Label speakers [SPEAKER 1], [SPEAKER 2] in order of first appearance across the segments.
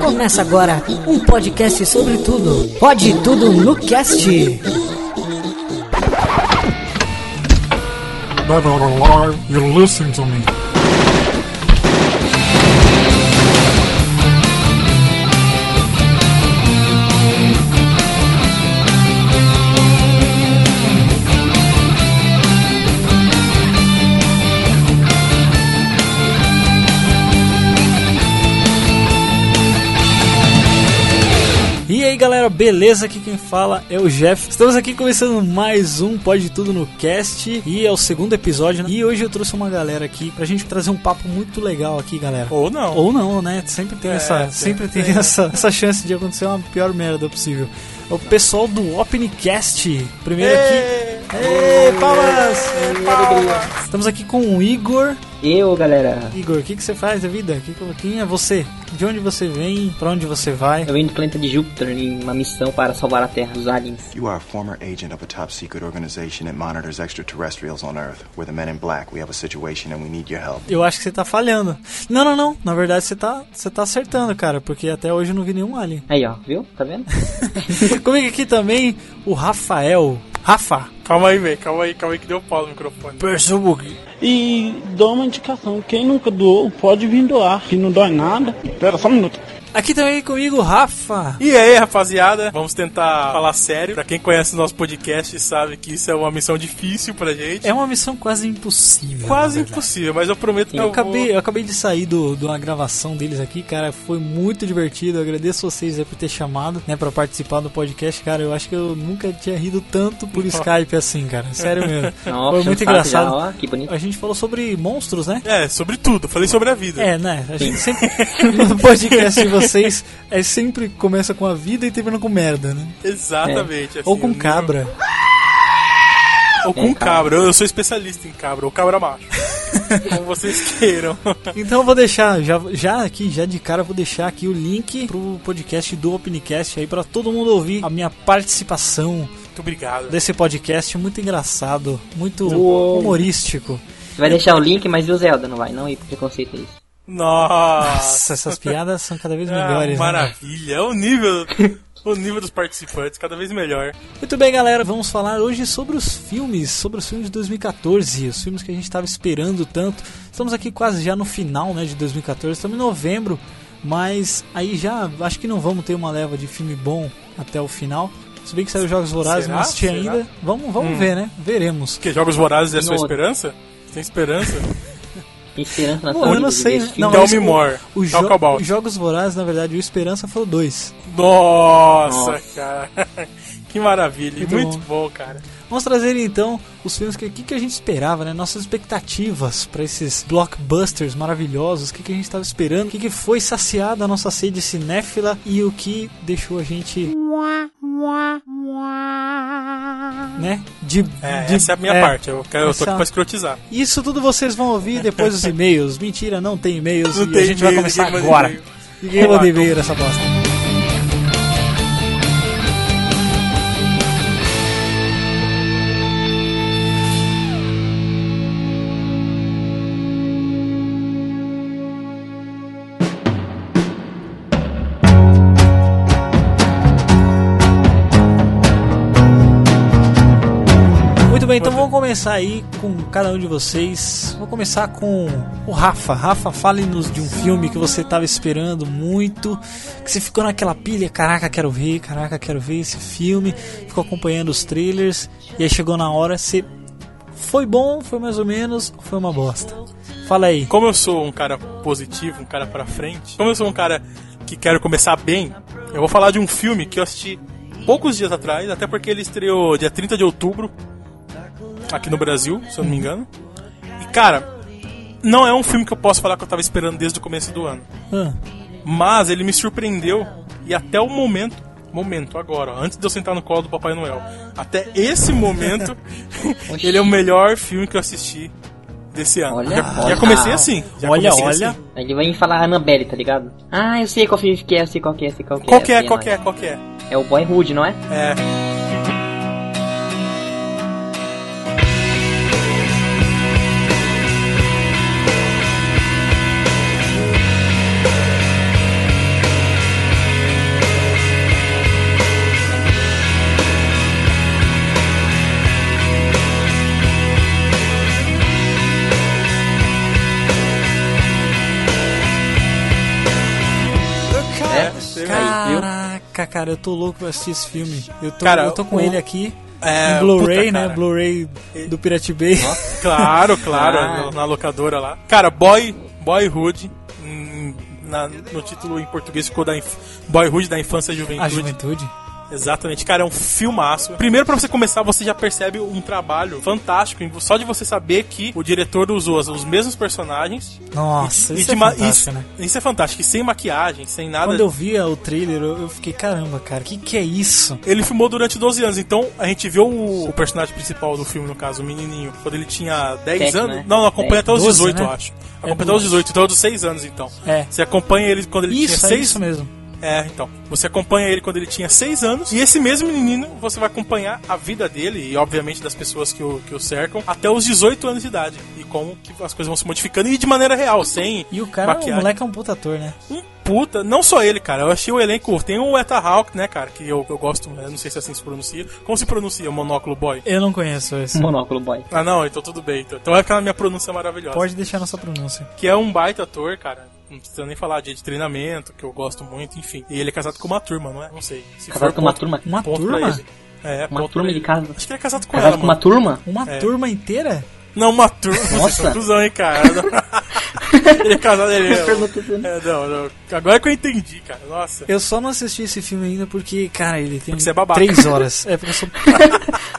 [SPEAKER 1] Começa agora um podcast sobre tudo. Pode tudo no cast.
[SPEAKER 2] Blah, blah, blah, blah. You listen to me.
[SPEAKER 3] E aí galera, beleza? Aqui quem fala é o Jeff. Estamos aqui começando mais um Pode Tudo no Cast e é o segundo episódio. E hoje eu trouxe uma galera aqui pra gente trazer um papo muito legal aqui, galera.
[SPEAKER 4] Ou não.
[SPEAKER 3] Ou não, né? Sempre tem essa, sempre
[SPEAKER 4] sempre
[SPEAKER 3] tem,
[SPEAKER 4] tem, né?
[SPEAKER 3] essa, essa chance de acontecer uma pior merda possível. É o pessoal do Opencast. Primeiro aqui. Ê, palmas! Estamos aqui com o Igor.
[SPEAKER 5] Eu, galera,
[SPEAKER 3] Igor, o que, que você faz da vida? Que, que- quem é você? De onde você vem? Pra onde você vai?
[SPEAKER 5] eu vim do planeta de Júpiter em uma missão para salvar a Terra dos aliens.
[SPEAKER 6] You are a former agent of a top secret organization that monitors extraterrestrials on Earth. We're the men in black. We have a situation and we need your help.
[SPEAKER 3] Eu acho que você tá falhando. Não, não, não. Na verdade, você tá, você tá acertando, cara, porque até hoje eu não vi nenhum alien.
[SPEAKER 5] Aí, ó, viu? Tá vendo?
[SPEAKER 3] Comigo aqui também o Rafael. Rafa.
[SPEAKER 4] Calma aí, velho. Calma aí, calma aí que deu pau no microfone.
[SPEAKER 3] Persubo.
[SPEAKER 7] E dou uma indicação, quem nunca doou pode vir doar, que não dói nada. Pera só um minuto.
[SPEAKER 3] Aqui também comigo, Rafa.
[SPEAKER 4] E aí, rapaziada? Vamos tentar falar sério. Pra quem conhece o nosso podcast sabe que isso é uma missão difícil pra gente.
[SPEAKER 3] É uma missão quase impossível.
[SPEAKER 4] quase
[SPEAKER 3] na verdade.
[SPEAKER 4] impossível, mas eu prometo que eu,
[SPEAKER 3] Eu
[SPEAKER 4] vou-
[SPEAKER 3] acabei, eu acabei de sair do- de uma gravação deles aqui, cara. Foi muito divertido. Eu agradeço vocês aí por ter chamado, né, pra participar do podcast, cara. Eu acho que eu nunca tinha rido tanto por
[SPEAKER 4] Então,
[SPEAKER 3] Skype assim, cara. Sério mesmo.
[SPEAKER 5] Nossa,
[SPEAKER 3] Foi muito
[SPEAKER 5] um papo já,
[SPEAKER 3] engraçado.
[SPEAKER 5] ó, que bonito.
[SPEAKER 3] A gente falou sobre monstros, né?
[SPEAKER 4] É, sobre tudo. Falei sobre a vida.
[SPEAKER 3] É, né? A gente sempre. No podcast de vocês, é sempre começa com a vida e termina com merda, né?
[SPEAKER 4] Exatamente. assim,
[SPEAKER 3] Ou
[SPEAKER 4] eu
[SPEAKER 3] com
[SPEAKER 4] não-
[SPEAKER 3] cabra.
[SPEAKER 4] Ou com cabra. Eu, eu sou especialista em cabra. Ou cabra macho. Como vocês queiram.
[SPEAKER 3] Então eu vou deixar, já, já aqui, já de cara, eu vou deixar aqui o link pro podcast do Opencast aí pra todo mundo ouvir a minha participação
[SPEAKER 4] Muito obrigado.
[SPEAKER 3] desse podcast muito engraçado, muito
[SPEAKER 5] Uou.
[SPEAKER 3] humorístico.
[SPEAKER 5] Você vai deixar o link, mas e o Zelda, não vai? Não, e preconceito é isso.
[SPEAKER 4] Nossa.
[SPEAKER 3] Nossa, essas piadas são cada vez
[SPEAKER 4] Ah,
[SPEAKER 3] melhores. né?
[SPEAKER 4] maravilha. É o nível... O nível dos participantes, cada vez melhor.
[SPEAKER 3] Muito bem, galera, vamos falar hoje sobre os filmes, sobre os filmes de 2014, os filmes que a gente estava esperando tanto. Estamos aqui quase já no final, né, de 2014, estamos em novembro, mas aí já acho que não vamos ter uma leva de filme bom até o final. Se bem que saiu Jogos Vorazes,
[SPEAKER 4] Será?
[SPEAKER 3] não assisti
[SPEAKER 4] Será? Hum.
[SPEAKER 3] ainda. Vamos, vamos ver, né? Veremos.
[SPEAKER 4] Que Jogos Vorazes é a sua
[SPEAKER 5] Não.
[SPEAKER 4] esperança? Tem esperança?
[SPEAKER 5] Tem esperança na
[SPEAKER 3] Pô,
[SPEAKER 5] sua
[SPEAKER 3] eu
[SPEAKER 5] vida
[SPEAKER 3] não
[SPEAKER 5] de
[SPEAKER 3] sei,
[SPEAKER 5] ver
[SPEAKER 3] né?
[SPEAKER 5] esse filme?
[SPEAKER 3] Não,
[SPEAKER 4] Tell
[SPEAKER 3] mas
[SPEAKER 4] me
[SPEAKER 3] o-
[SPEAKER 4] more.
[SPEAKER 3] Os,
[SPEAKER 4] Talk
[SPEAKER 3] jo-
[SPEAKER 4] about.
[SPEAKER 3] os Jogos Vorazes, na verdade, o Esperança foram dois.
[SPEAKER 4] Nossa, cara. Que maravilha.
[SPEAKER 3] Muito
[SPEAKER 4] Muito, bom. cara.
[SPEAKER 3] Vamos trazer então os filmes que, que, que a gente esperava, né? Nossas expectativas para esses blockbusters maravilhosos, o que, que a gente estava esperando, o que, que foi saciada a nossa sede cinéfila e o que deixou a gente. Né? De,
[SPEAKER 4] É,
[SPEAKER 3] de-
[SPEAKER 4] essa é a minha parte. Eu, quero- eu tô
[SPEAKER 3] Essa-
[SPEAKER 4] aqui pra escrotizar.
[SPEAKER 3] Isso tudo vocês vão ouvir depois dos e-mails. Mentira, não tem e-mails.
[SPEAKER 4] Não
[SPEAKER 3] e
[SPEAKER 4] tem
[SPEAKER 3] a gente vai
[SPEAKER 4] e-mail,
[SPEAKER 3] começar
[SPEAKER 4] ninguém manda
[SPEAKER 3] agora.
[SPEAKER 4] e-mail.
[SPEAKER 3] Ninguém manda e-mail nessa bosta. Muito bem, então vamos começar aí com cada um de vocês. Vou começar com o Rafa. Rafa, fale-nos de um filme que você estava esperando muito, que você ficou naquela pilha, caraca, quero ver, caraca, quero ver esse filme. Ficou acompanhando os trailers e aí chegou na hora, você foi bom, foi mais ou menos, foi uma bosta. Fala aí.
[SPEAKER 4] Como eu sou um cara positivo, um cara pra frente, como eu sou um cara que quero começar bem, eu vou falar de um filme que eu assisti poucos dias atrás, até porque ele estreou dia 30 de outubro, aqui no Brasil, se eu não me engano. E, cara, não é um filme que eu posso falar que eu tava esperando desde o começo do ano.
[SPEAKER 3] Ah,
[SPEAKER 4] Mas ele me surpreendeu e até o momento, momento agora, ó, antes de eu sentar no colo do Papai Noel, até esse momento, ele é o melhor filme que eu assisti desse ano.
[SPEAKER 5] Olha,
[SPEAKER 4] já, já
[SPEAKER 5] olha.
[SPEAKER 4] comecei assim. já
[SPEAKER 3] Olha,
[SPEAKER 4] comecei
[SPEAKER 3] olha.
[SPEAKER 4] assim.
[SPEAKER 5] Ele vai falar Annabelle, tá ligado? Ah, eu sei qual filme que é, eu sei qual que é, eu sei qual que é.
[SPEAKER 4] Qual que
[SPEAKER 5] eu
[SPEAKER 4] é,
[SPEAKER 5] sei,
[SPEAKER 4] qual
[SPEAKER 5] não
[SPEAKER 4] que é, qual que é?
[SPEAKER 5] É o Boy Rude, não é?
[SPEAKER 4] É, você, velho.
[SPEAKER 3] Caraca, cara, eu tô louco pra assistir esse filme. Eu tô,
[SPEAKER 4] Cara,
[SPEAKER 3] eu tô com
[SPEAKER 4] o-
[SPEAKER 3] ele aqui.
[SPEAKER 4] É,
[SPEAKER 3] em Blu-ray,
[SPEAKER 4] puta,
[SPEAKER 3] né?
[SPEAKER 4] cara.
[SPEAKER 3] Blu-ray do Pirate Bay.
[SPEAKER 4] Claro, claro, no- na locadora lá. Cara, Boy, Boyhood, hum, na- no título em português ficou da inf- Boyhood da Infância e
[SPEAKER 3] A
[SPEAKER 4] Juventude.
[SPEAKER 3] juventude.
[SPEAKER 4] Exatamente, cara, é um filmaço. Primeiro, pra você começar, você já percebe um trabalho fantástico, em- só de você saber que o diretor usou as- os mesmos personagens.
[SPEAKER 3] Nossa,
[SPEAKER 4] E
[SPEAKER 3] isso
[SPEAKER 4] de
[SPEAKER 3] é
[SPEAKER 4] ma-
[SPEAKER 3] fantástico,
[SPEAKER 4] isso-
[SPEAKER 3] né?
[SPEAKER 4] isso é fantástico, e sem maquiagem, sem nada.
[SPEAKER 3] Quando eu via o trailer, eu eu fiquei, caramba, cara, que que é isso?
[SPEAKER 4] Ele filmou durante 12 anos, então a gente viu o, o personagem principal do filme, no caso, o menininho, quando ele tinha 10
[SPEAKER 5] Sete,
[SPEAKER 4] anos.
[SPEAKER 5] né?
[SPEAKER 4] Não, acompanha até os
[SPEAKER 3] 12,
[SPEAKER 4] 18,
[SPEAKER 3] né?
[SPEAKER 4] eu acho.
[SPEAKER 3] É
[SPEAKER 4] Acompanha até os
[SPEAKER 3] doze.
[SPEAKER 4] 18, então é dos 6 anos, então.
[SPEAKER 3] É.
[SPEAKER 4] Você acompanha ele quando ele
[SPEAKER 3] Isso,
[SPEAKER 4] tinha
[SPEAKER 3] é
[SPEAKER 4] 6
[SPEAKER 3] isso mesmo.
[SPEAKER 4] É, então. Você acompanha ele quando ele tinha 6 anos. E esse mesmo menino, você vai acompanhar a vida dele e, obviamente, das pessoas que o, que o cercam até os 18 anos de idade. E como que as coisas vão se modificando e de maneira real, sem
[SPEAKER 3] E o cara,
[SPEAKER 4] maquiagem.
[SPEAKER 3] o moleque é um puta ator, né?
[SPEAKER 4] Um puta, não só ele, cara. Eu achei o elenco. Tem o Eta Hawk, né, cara? Que eu, eu gosto, eu não sei se assim se pronuncia. Como se pronuncia Monóculo Boy?
[SPEAKER 3] Eu não conheço esse.
[SPEAKER 5] Monóculo boy.
[SPEAKER 4] Ah, não, então tudo bem. Então, então é aquela minha pronúncia maravilhosa.
[SPEAKER 3] Pode deixar nossa pronúncia.
[SPEAKER 4] Que é um baita ator, cara. Não precisa nem falar de, de treinamento, que eu gosto muito, enfim. E ele é casado com uma turma, não é? Não sei. Se
[SPEAKER 5] Casado
[SPEAKER 4] for
[SPEAKER 5] com uma
[SPEAKER 4] ponto-
[SPEAKER 5] turma.
[SPEAKER 3] Uma
[SPEAKER 4] ponto pra
[SPEAKER 3] turma?
[SPEAKER 4] ele. É,
[SPEAKER 5] Uma
[SPEAKER 4] ponto
[SPEAKER 5] turma
[SPEAKER 4] pra
[SPEAKER 5] de
[SPEAKER 4] ele.
[SPEAKER 5] casa.
[SPEAKER 4] Acho que ele é casado com
[SPEAKER 5] Casado
[SPEAKER 4] ela,
[SPEAKER 5] com
[SPEAKER 4] mano.
[SPEAKER 5] uma turma?
[SPEAKER 3] Uma
[SPEAKER 4] É.
[SPEAKER 3] turma inteira?
[SPEAKER 4] Não, uma turma. Vocês são
[SPEAKER 5] Nossa.
[SPEAKER 4] cuzão, hein, cara. ele é casado, ele é...
[SPEAKER 5] né?
[SPEAKER 4] é, não, não. Agora que eu entendi, cara. Nossa.
[SPEAKER 3] Eu só não assisti esse filme ainda porque, cara, ele tem
[SPEAKER 4] Porque você é babaca.
[SPEAKER 3] três horas. É, porque eu sou.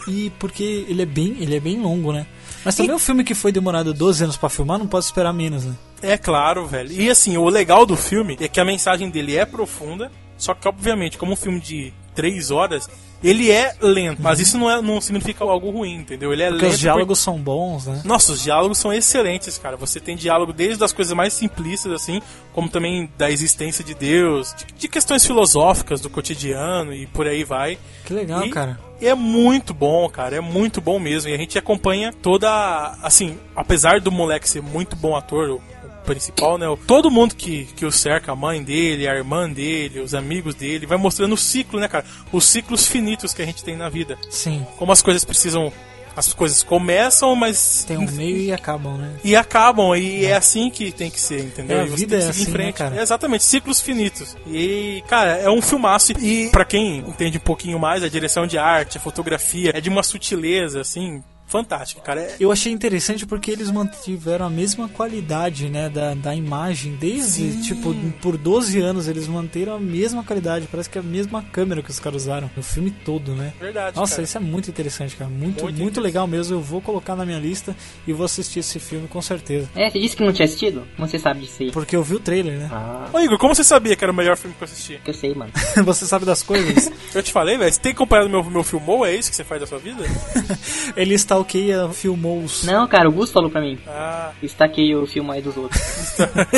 [SPEAKER 3] e porque ele é bem, ele é bem longo, né? Mas também é um filme que foi demorado 12 anos pra filmar, não pode esperar menos, né?
[SPEAKER 4] É claro, velho. E assim, o legal do filme é que a mensagem dele é profunda, só que obviamente, como um filme de três horas, ele é lento. Mas isso não, é, não significa algo ruim, entendeu? Ele é
[SPEAKER 3] Porque
[SPEAKER 4] lento.
[SPEAKER 3] os diálogos são bons, né?
[SPEAKER 4] porque- Nossa, os diálogos são excelentes, cara. Você tem diálogo desde as coisas mais simplistas, assim, como também da existência de Deus, de, de questões filosóficas do cotidiano e por aí vai.
[SPEAKER 3] Que legal,
[SPEAKER 4] E
[SPEAKER 3] cara.
[SPEAKER 4] É muito bom, cara. É muito bom mesmo. E a gente acompanha toda. a- Assim, apesar do moleque ser muito bom ator, o o principal, né? o- Todo mundo que, que o cerca, a mãe dele, a irmã dele, os amigos dele, vai mostrando o ciclo, né, cara? Os ciclos finitos que a gente tem na vida.
[SPEAKER 3] Sim.
[SPEAKER 4] Como as coisas precisam. As coisas começam, mas.
[SPEAKER 3] Tem um meio e acabam, né?
[SPEAKER 4] E acabam, e é assim que tem que ser, entendeu?
[SPEAKER 3] É, a
[SPEAKER 4] E você
[SPEAKER 3] vida
[SPEAKER 4] tem
[SPEAKER 3] é
[SPEAKER 4] que seguir
[SPEAKER 3] assim,
[SPEAKER 4] em
[SPEAKER 3] né,
[SPEAKER 4] frente.
[SPEAKER 3] cara?
[SPEAKER 4] É, Exatamente, ciclos finitos. E, cara, é um filmaço. E pra quem entende um pouquinho mais, a direção de arte, a fotografia, é de uma sutileza, assim, fantástica, cara. É-
[SPEAKER 3] Eu achei interessante porque eles mantiveram a mesma qualidade, né, da, da imagem desde, tipo, por 12 anos eles manteram a mesma qualidade, parece que é a mesma câmera que os caras usaram no filme todo, né?
[SPEAKER 4] Verdade,
[SPEAKER 3] Nossa,
[SPEAKER 4] cara.
[SPEAKER 3] isso é muito interessante, cara, muito, muito,
[SPEAKER 4] interessante.
[SPEAKER 3] legal mesmo, eu vou colocar na minha lista e vou assistir esse filme com certeza,
[SPEAKER 5] É, você disse que não tinha assistido? Como você sabe disso aí?
[SPEAKER 3] porque eu vi o trailer, né?
[SPEAKER 5] Ah,
[SPEAKER 4] Ô, Igor, como você sabia que era o melhor filme que eu assisti?
[SPEAKER 5] que eu sei, mano.
[SPEAKER 3] Você sabe das coisas?
[SPEAKER 4] Eu te falei, velho, você tem acompanhado meu, meu filmou? É isso que você faz da sua vida?
[SPEAKER 3] Ele stalkeia, filmou os...
[SPEAKER 5] Não, cara, o Gusto falou pra mim.
[SPEAKER 4] Ah,
[SPEAKER 5] Estaquei o filme aí dos outros.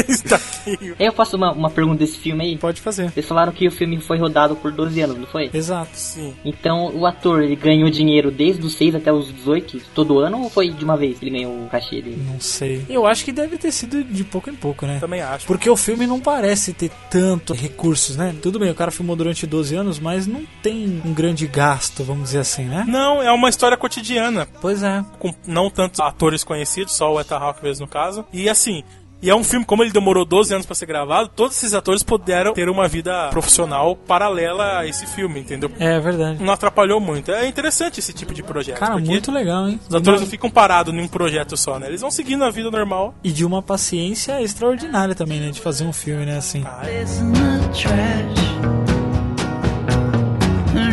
[SPEAKER 4] está aqui.
[SPEAKER 5] Eu faço uma, uma pergunta desse filme aí.
[SPEAKER 3] Pode fazer.
[SPEAKER 5] Vocês falaram que o filme foi rodado por 12 anos, não foi?
[SPEAKER 3] Exato.
[SPEAKER 4] Sim.
[SPEAKER 5] Então o ator, ele ganhou dinheiro desde os 6 até os 18 todo ano ou foi de uma vez que ele ganhou o cachê dele?
[SPEAKER 3] Não sei. Eu acho que deve ter sido de pouco em pouco, né?
[SPEAKER 4] Também acho.
[SPEAKER 3] Porque o filme não parece ter tanto recursos, né? Tudo bem, o cara filmou durante 12 anos, mas não tem um grande gasto, vamos dizer assim, né?
[SPEAKER 4] Não, é uma história cotidiana.
[SPEAKER 3] Pois é.
[SPEAKER 4] com não tantos atores conhecidos, só o Ethan Hawke mesmo no caso. E assim, e é um filme, como ele demorou 12 anos pra ser gravado, todos esses atores puderam ter uma vida profissional paralela a esse filme, entendeu?
[SPEAKER 3] É verdade.
[SPEAKER 4] Não atrapalhou muito. É interessante esse tipo de projeto.
[SPEAKER 3] Cara,
[SPEAKER 4] porque
[SPEAKER 3] muito legal, hein?
[SPEAKER 4] Os atores não ficam parados em um projeto só, né? Eles vão seguindo a vida normal.
[SPEAKER 3] E de uma paciência extraordinária também, né? De fazer um filme, né? Assim.
[SPEAKER 8] It's not trash.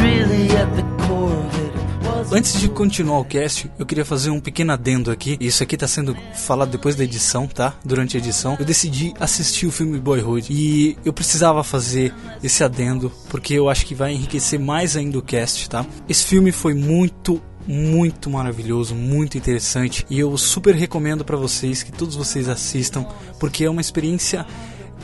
[SPEAKER 8] Really at the core of it was
[SPEAKER 9] Antes de continuar o cast, eu queria fazer um pequeno adendo aqui. Isso aqui tá sendo falado depois da edição, tá? Durante a edição. Eu decidi assistir o filme Boyhood. E eu precisava fazer esse adendo, porque eu acho que vai enriquecer mais ainda o cast, tá? Esse filme foi muito muito maravilhoso, muito interessante e eu super recomendo pra vocês que todos vocês assistam, porque é uma experiência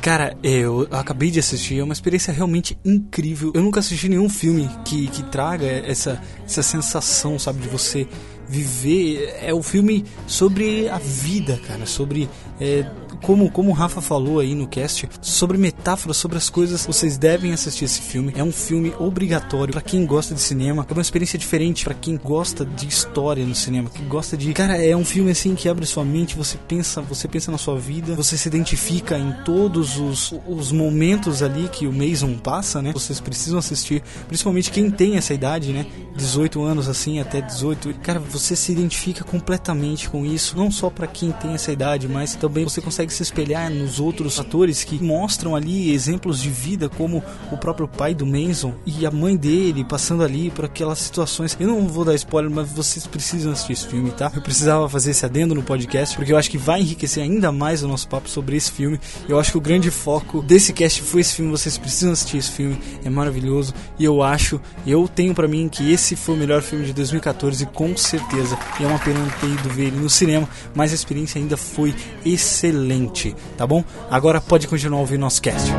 [SPEAKER 9] Cara, eu acabei de assistir, é uma experiência realmente incrível. Eu nunca assisti nenhum filme que, que traga essa, essa sensação, sabe, de você viver. É um filme sobre a vida, cara, sobre é, como, como o Rafa falou aí no cast, sobre metáforas, sobre as coisas, vocês devem assistir esse filme. É um filme obrigatório pra quem gosta de cinema. É uma experiência diferente pra quem gosta de história no cinema, que gosta de. Cara, é um filme assim que abre sua mente, você pensa, você pensa na sua vida, você se identifica em todos os, os momentos ali que o Mason passa, né? Vocês precisam assistir, principalmente quem tem essa idade, né? 18 anos assim, até 18. Cara, você se identifica completamente com isso, não só pra quem tem essa idade, mas também você consegue se espelhar nos outros atores que mostram ali exemplos de vida, como o próprio pai do Mason e a mãe dele passando ali por aquelas situações. Eu não vou dar spoiler, mas vocês precisam assistir esse filme, tá? Eu precisava fazer esse adendo no podcast, porque eu acho que vai enriquecer ainda mais o nosso papo sobre esse filme. Eu acho que o grande foco desse cast foi esse filme, vocês precisam assistir esse filme, é maravilhoso. E eu acho, eu tenho pra mim que esse foi o melhor filme de 2014, com certeza. E é uma pena não ter ido ver ele no cinema, mas a experiência ainda foi excelente, tá bom? Agora pode continuar ouvindo nosso cast.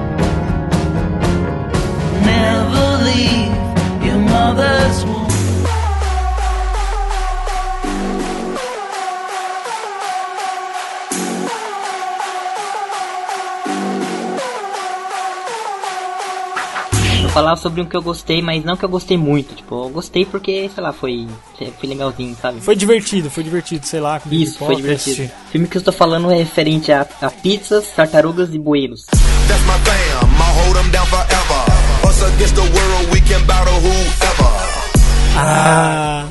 [SPEAKER 8] Never leave your mother's womb.
[SPEAKER 5] Vou falar sobre um que eu gostei, mas não que eu gostei muito. Tipo, eu gostei porque, sei lá, foi, foi legalzinho, sabe?
[SPEAKER 3] Foi divertido, foi divertido, sei lá. com
[SPEAKER 5] Isso, foi
[SPEAKER 3] pipoca,
[SPEAKER 5] divertido.
[SPEAKER 3] assisti.
[SPEAKER 5] O filme que eu estou falando é referente a, a pizzas, tartarugas e bueiros.
[SPEAKER 10] That's my fam, I'll hold 'em down forever. Us against the world, we can battle whoever.
[SPEAKER 3] Ah,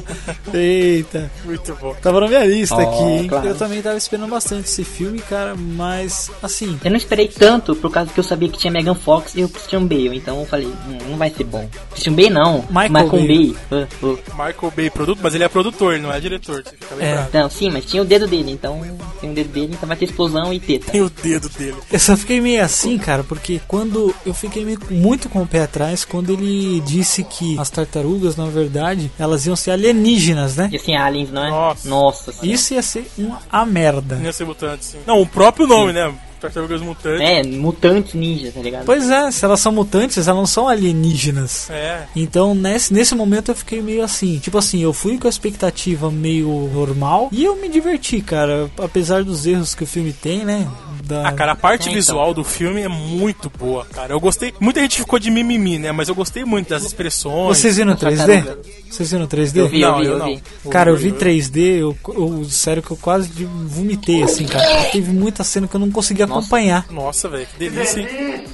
[SPEAKER 3] eita.
[SPEAKER 4] Muito bom.
[SPEAKER 3] Tava na minha lista aqui, hein?
[SPEAKER 5] claro.
[SPEAKER 3] Eu também tava esperando bastante esse filme, cara, mas assim.
[SPEAKER 5] Eu não esperei tanto por causa que eu sabia que tinha Megan Fox e o Christian Bale, então eu falei, hum, não vai ser bom. Christian Bale não,
[SPEAKER 3] Michael
[SPEAKER 5] Bale. Ah, ah.
[SPEAKER 4] Michael Bay produto, mas ele é produtor, ele não é diretor. Você fica lembrado.
[SPEAKER 5] Então, sim, mas tinha o dedo dele, então tem o dedo dele, então vai ter explosão e teta.
[SPEAKER 4] Tem o dedo dele.
[SPEAKER 3] Eu só fiquei meio assim, cara, porque quando eu fiquei meio, muito com o pé atrás quando ele disse que as tartarugas, na verdade, elas iam ser alienígenas, né?
[SPEAKER 5] E assim, aliens, não é?
[SPEAKER 4] Nossa.
[SPEAKER 5] Nossa senhora.
[SPEAKER 3] Isso ia ser uma a merda.
[SPEAKER 4] Ninja ser mutante, sim. Não, o próprio nome, né? Tartarugas Mutantes.
[SPEAKER 5] É, mutantes ninja, tá ligado?
[SPEAKER 3] Pois é, se elas são mutantes, elas não são alienígenas.
[SPEAKER 4] É.
[SPEAKER 3] Então, nesse, nesse momento eu fiquei meio assim. Tipo assim, eu fui com a expectativa meio normal e eu me diverti, cara. Apesar dos erros que o filme tem, né? Da...
[SPEAKER 4] Ah, cara, a parte
[SPEAKER 5] Então.
[SPEAKER 4] visual do filme é muito boa, cara. Eu gostei. Muita gente ficou de mimimi, né? Mas eu gostei muito das expressões.
[SPEAKER 3] Vocês viram
[SPEAKER 5] Essa
[SPEAKER 3] 3D?
[SPEAKER 5] tartaruga.
[SPEAKER 3] Vocês viram 3D?
[SPEAKER 5] Eu vi,
[SPEAKER 4] Não,
[SPEAKER 5] eu vi, eu
[SPEAKER 4] não.
[SPEAKER 5] vi.
[SPEAKER 3] Cara, eu vi 3D, eu, eu- sério que eu quase de- vomitei, assim, cara. Teve muita cena que eu não conseguia acompanhar.
[SPEAKER 4] Nossa, velho, que delícia, hein?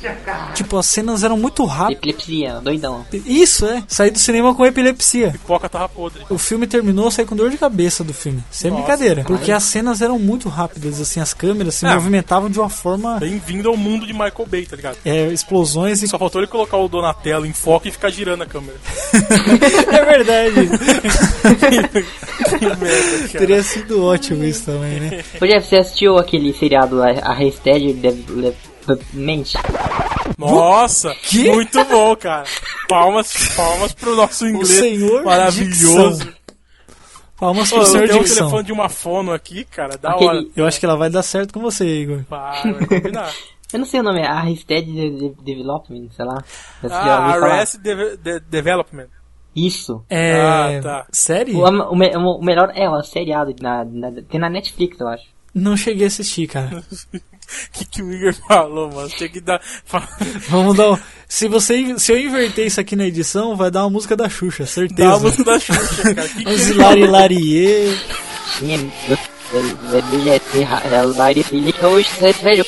[SPEAKER 3] Tipo, as cenas eram muito rápidas.
[SPEAKER 5] Epilepsia, doidão.
[SPEAKER 3] Isso, é. Saí do cinema com epilepsia.
[SPEAKER 4] Pipoca tava podre.
[SPEAKER 3] O filme terminou, eu saí com dor de cabeça do filme. Sem
[SPEAKER 4] Nossa,
[SPEAKER 3] brincadeira. Porque as cenas eram muito rápidas, assim, as câmeras se
[SPEAKER 4] É.
[SPEAKER 3] movimentavam de uma forma.
[SPEAKER 4] Bem-vindo ao mundo de Michael Bay, tá ligado?
[SPEAKER 3] É, explosões e.
[SPEAKER 4] Só faltou ele colocar o Donatello em foco e ficar girando a câmera.
[SPEAKER 3] É verdade.
[SPEAKER 4] que merda, cara.
[SPEAKER 3] Teria sido ótimo isso também, né?
[SPEAKER 5] Ô Jeff, você assistiu aquele seriado A, a Hashtag Development?
[SPEAKER 4] Nossa,
[SPEAKER 3] Que?
[SPEAKER 4] muito bom, cara. Palmas, palmas pro nosso inglês
[SPEAKER 3] senhor
[SPEAKER 4] maravilhoso.
[SPEAKER 3] Dixon. Palmas
[SPEAKER 4] Ô,
[SPEAKER 3] pro senhor
[SPEAKER 4] eu tenho um
[SPEAKER 3] Dixon.
[SPEAKER 4] telefone de uma fono aqui, cara, da
[SPEAKER 5] Aquele-
[SPEAKER 4] hora.
[SPEAKER 3] Eu acho que ela vai dar certo com você, Igor.
[SPEAKER 4] Pá, vai combinar.
[SPEAKER 5] Eu não sei o nome, é a Hashtag Development, sei lá. Você já
[SPEAKER 4] Ah,
[SPEAKER 5] ouviu falar?
[SPEAKER 4] RS Deve- De- Development.
[SPEAKER 5] Isso.
[SPEAKER 3] É.
[SPEAKER 4] Ah, tá.
[SPEAKER 3] Sério?
[SPEAKER 5] O, o, me- o melhor é o seriado, na, na- tem na Netflix, eu acho.
[SPEAKER 3] Não cheguei a assistir, cara.
[SPEAKER 4] O que, que o Igor falou, mano? Você Tinha que dar.
[SPEAKER 3] Vamos dar um... Se você se eu inverter isso aqui na edição, vai dar uma música da Xuxa, certeza.
[SPEAKER 4] dar a música da Xuxa, cara. Que que
[SPEAKER 3] Uns
[SPEAKER 4] ele-
[SPEAKER 3] hilari lariê.
[SPEAKER 5] Minha- é- é- é- é- é- lá ele- ele- hoje, é- velho.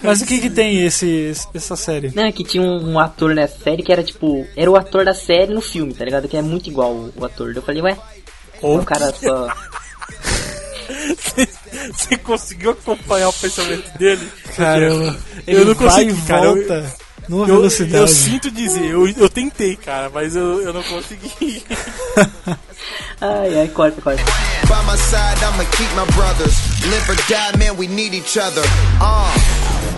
[SPEAKER 3] Mas o que que tem esse essa série?
[SPEAKER 5] Não, é que tinha um, um ator na série que era tipo. Era o ator da série no filme, tá ligado? Que é muito igual o, o ator. Eu falei, ué, o cara só.
[SPEAKER 4] Você conseguiu acompanhar o pensamento dele?
[SPEAKER 3] Caramba.
[SPEAKER 4] Eu não consegui,
[SPEAKER 3] vai e
[SPEAKER 4] cara. Eu-
[SPEAKER 3] volta numa
[SPEAKER 4] Eu,
[SPEAKER 3] velocidade.
[SPEAKER 4] eu sinto dizer, eu, eu tentei, cara, mas eu, eu não consegui.
[SPEAKER 5] Ai, ai, corta, corta.
[SPEAKER 10] By my side, I'ma keep my brothers. Live or die, man, we need each other. Uh.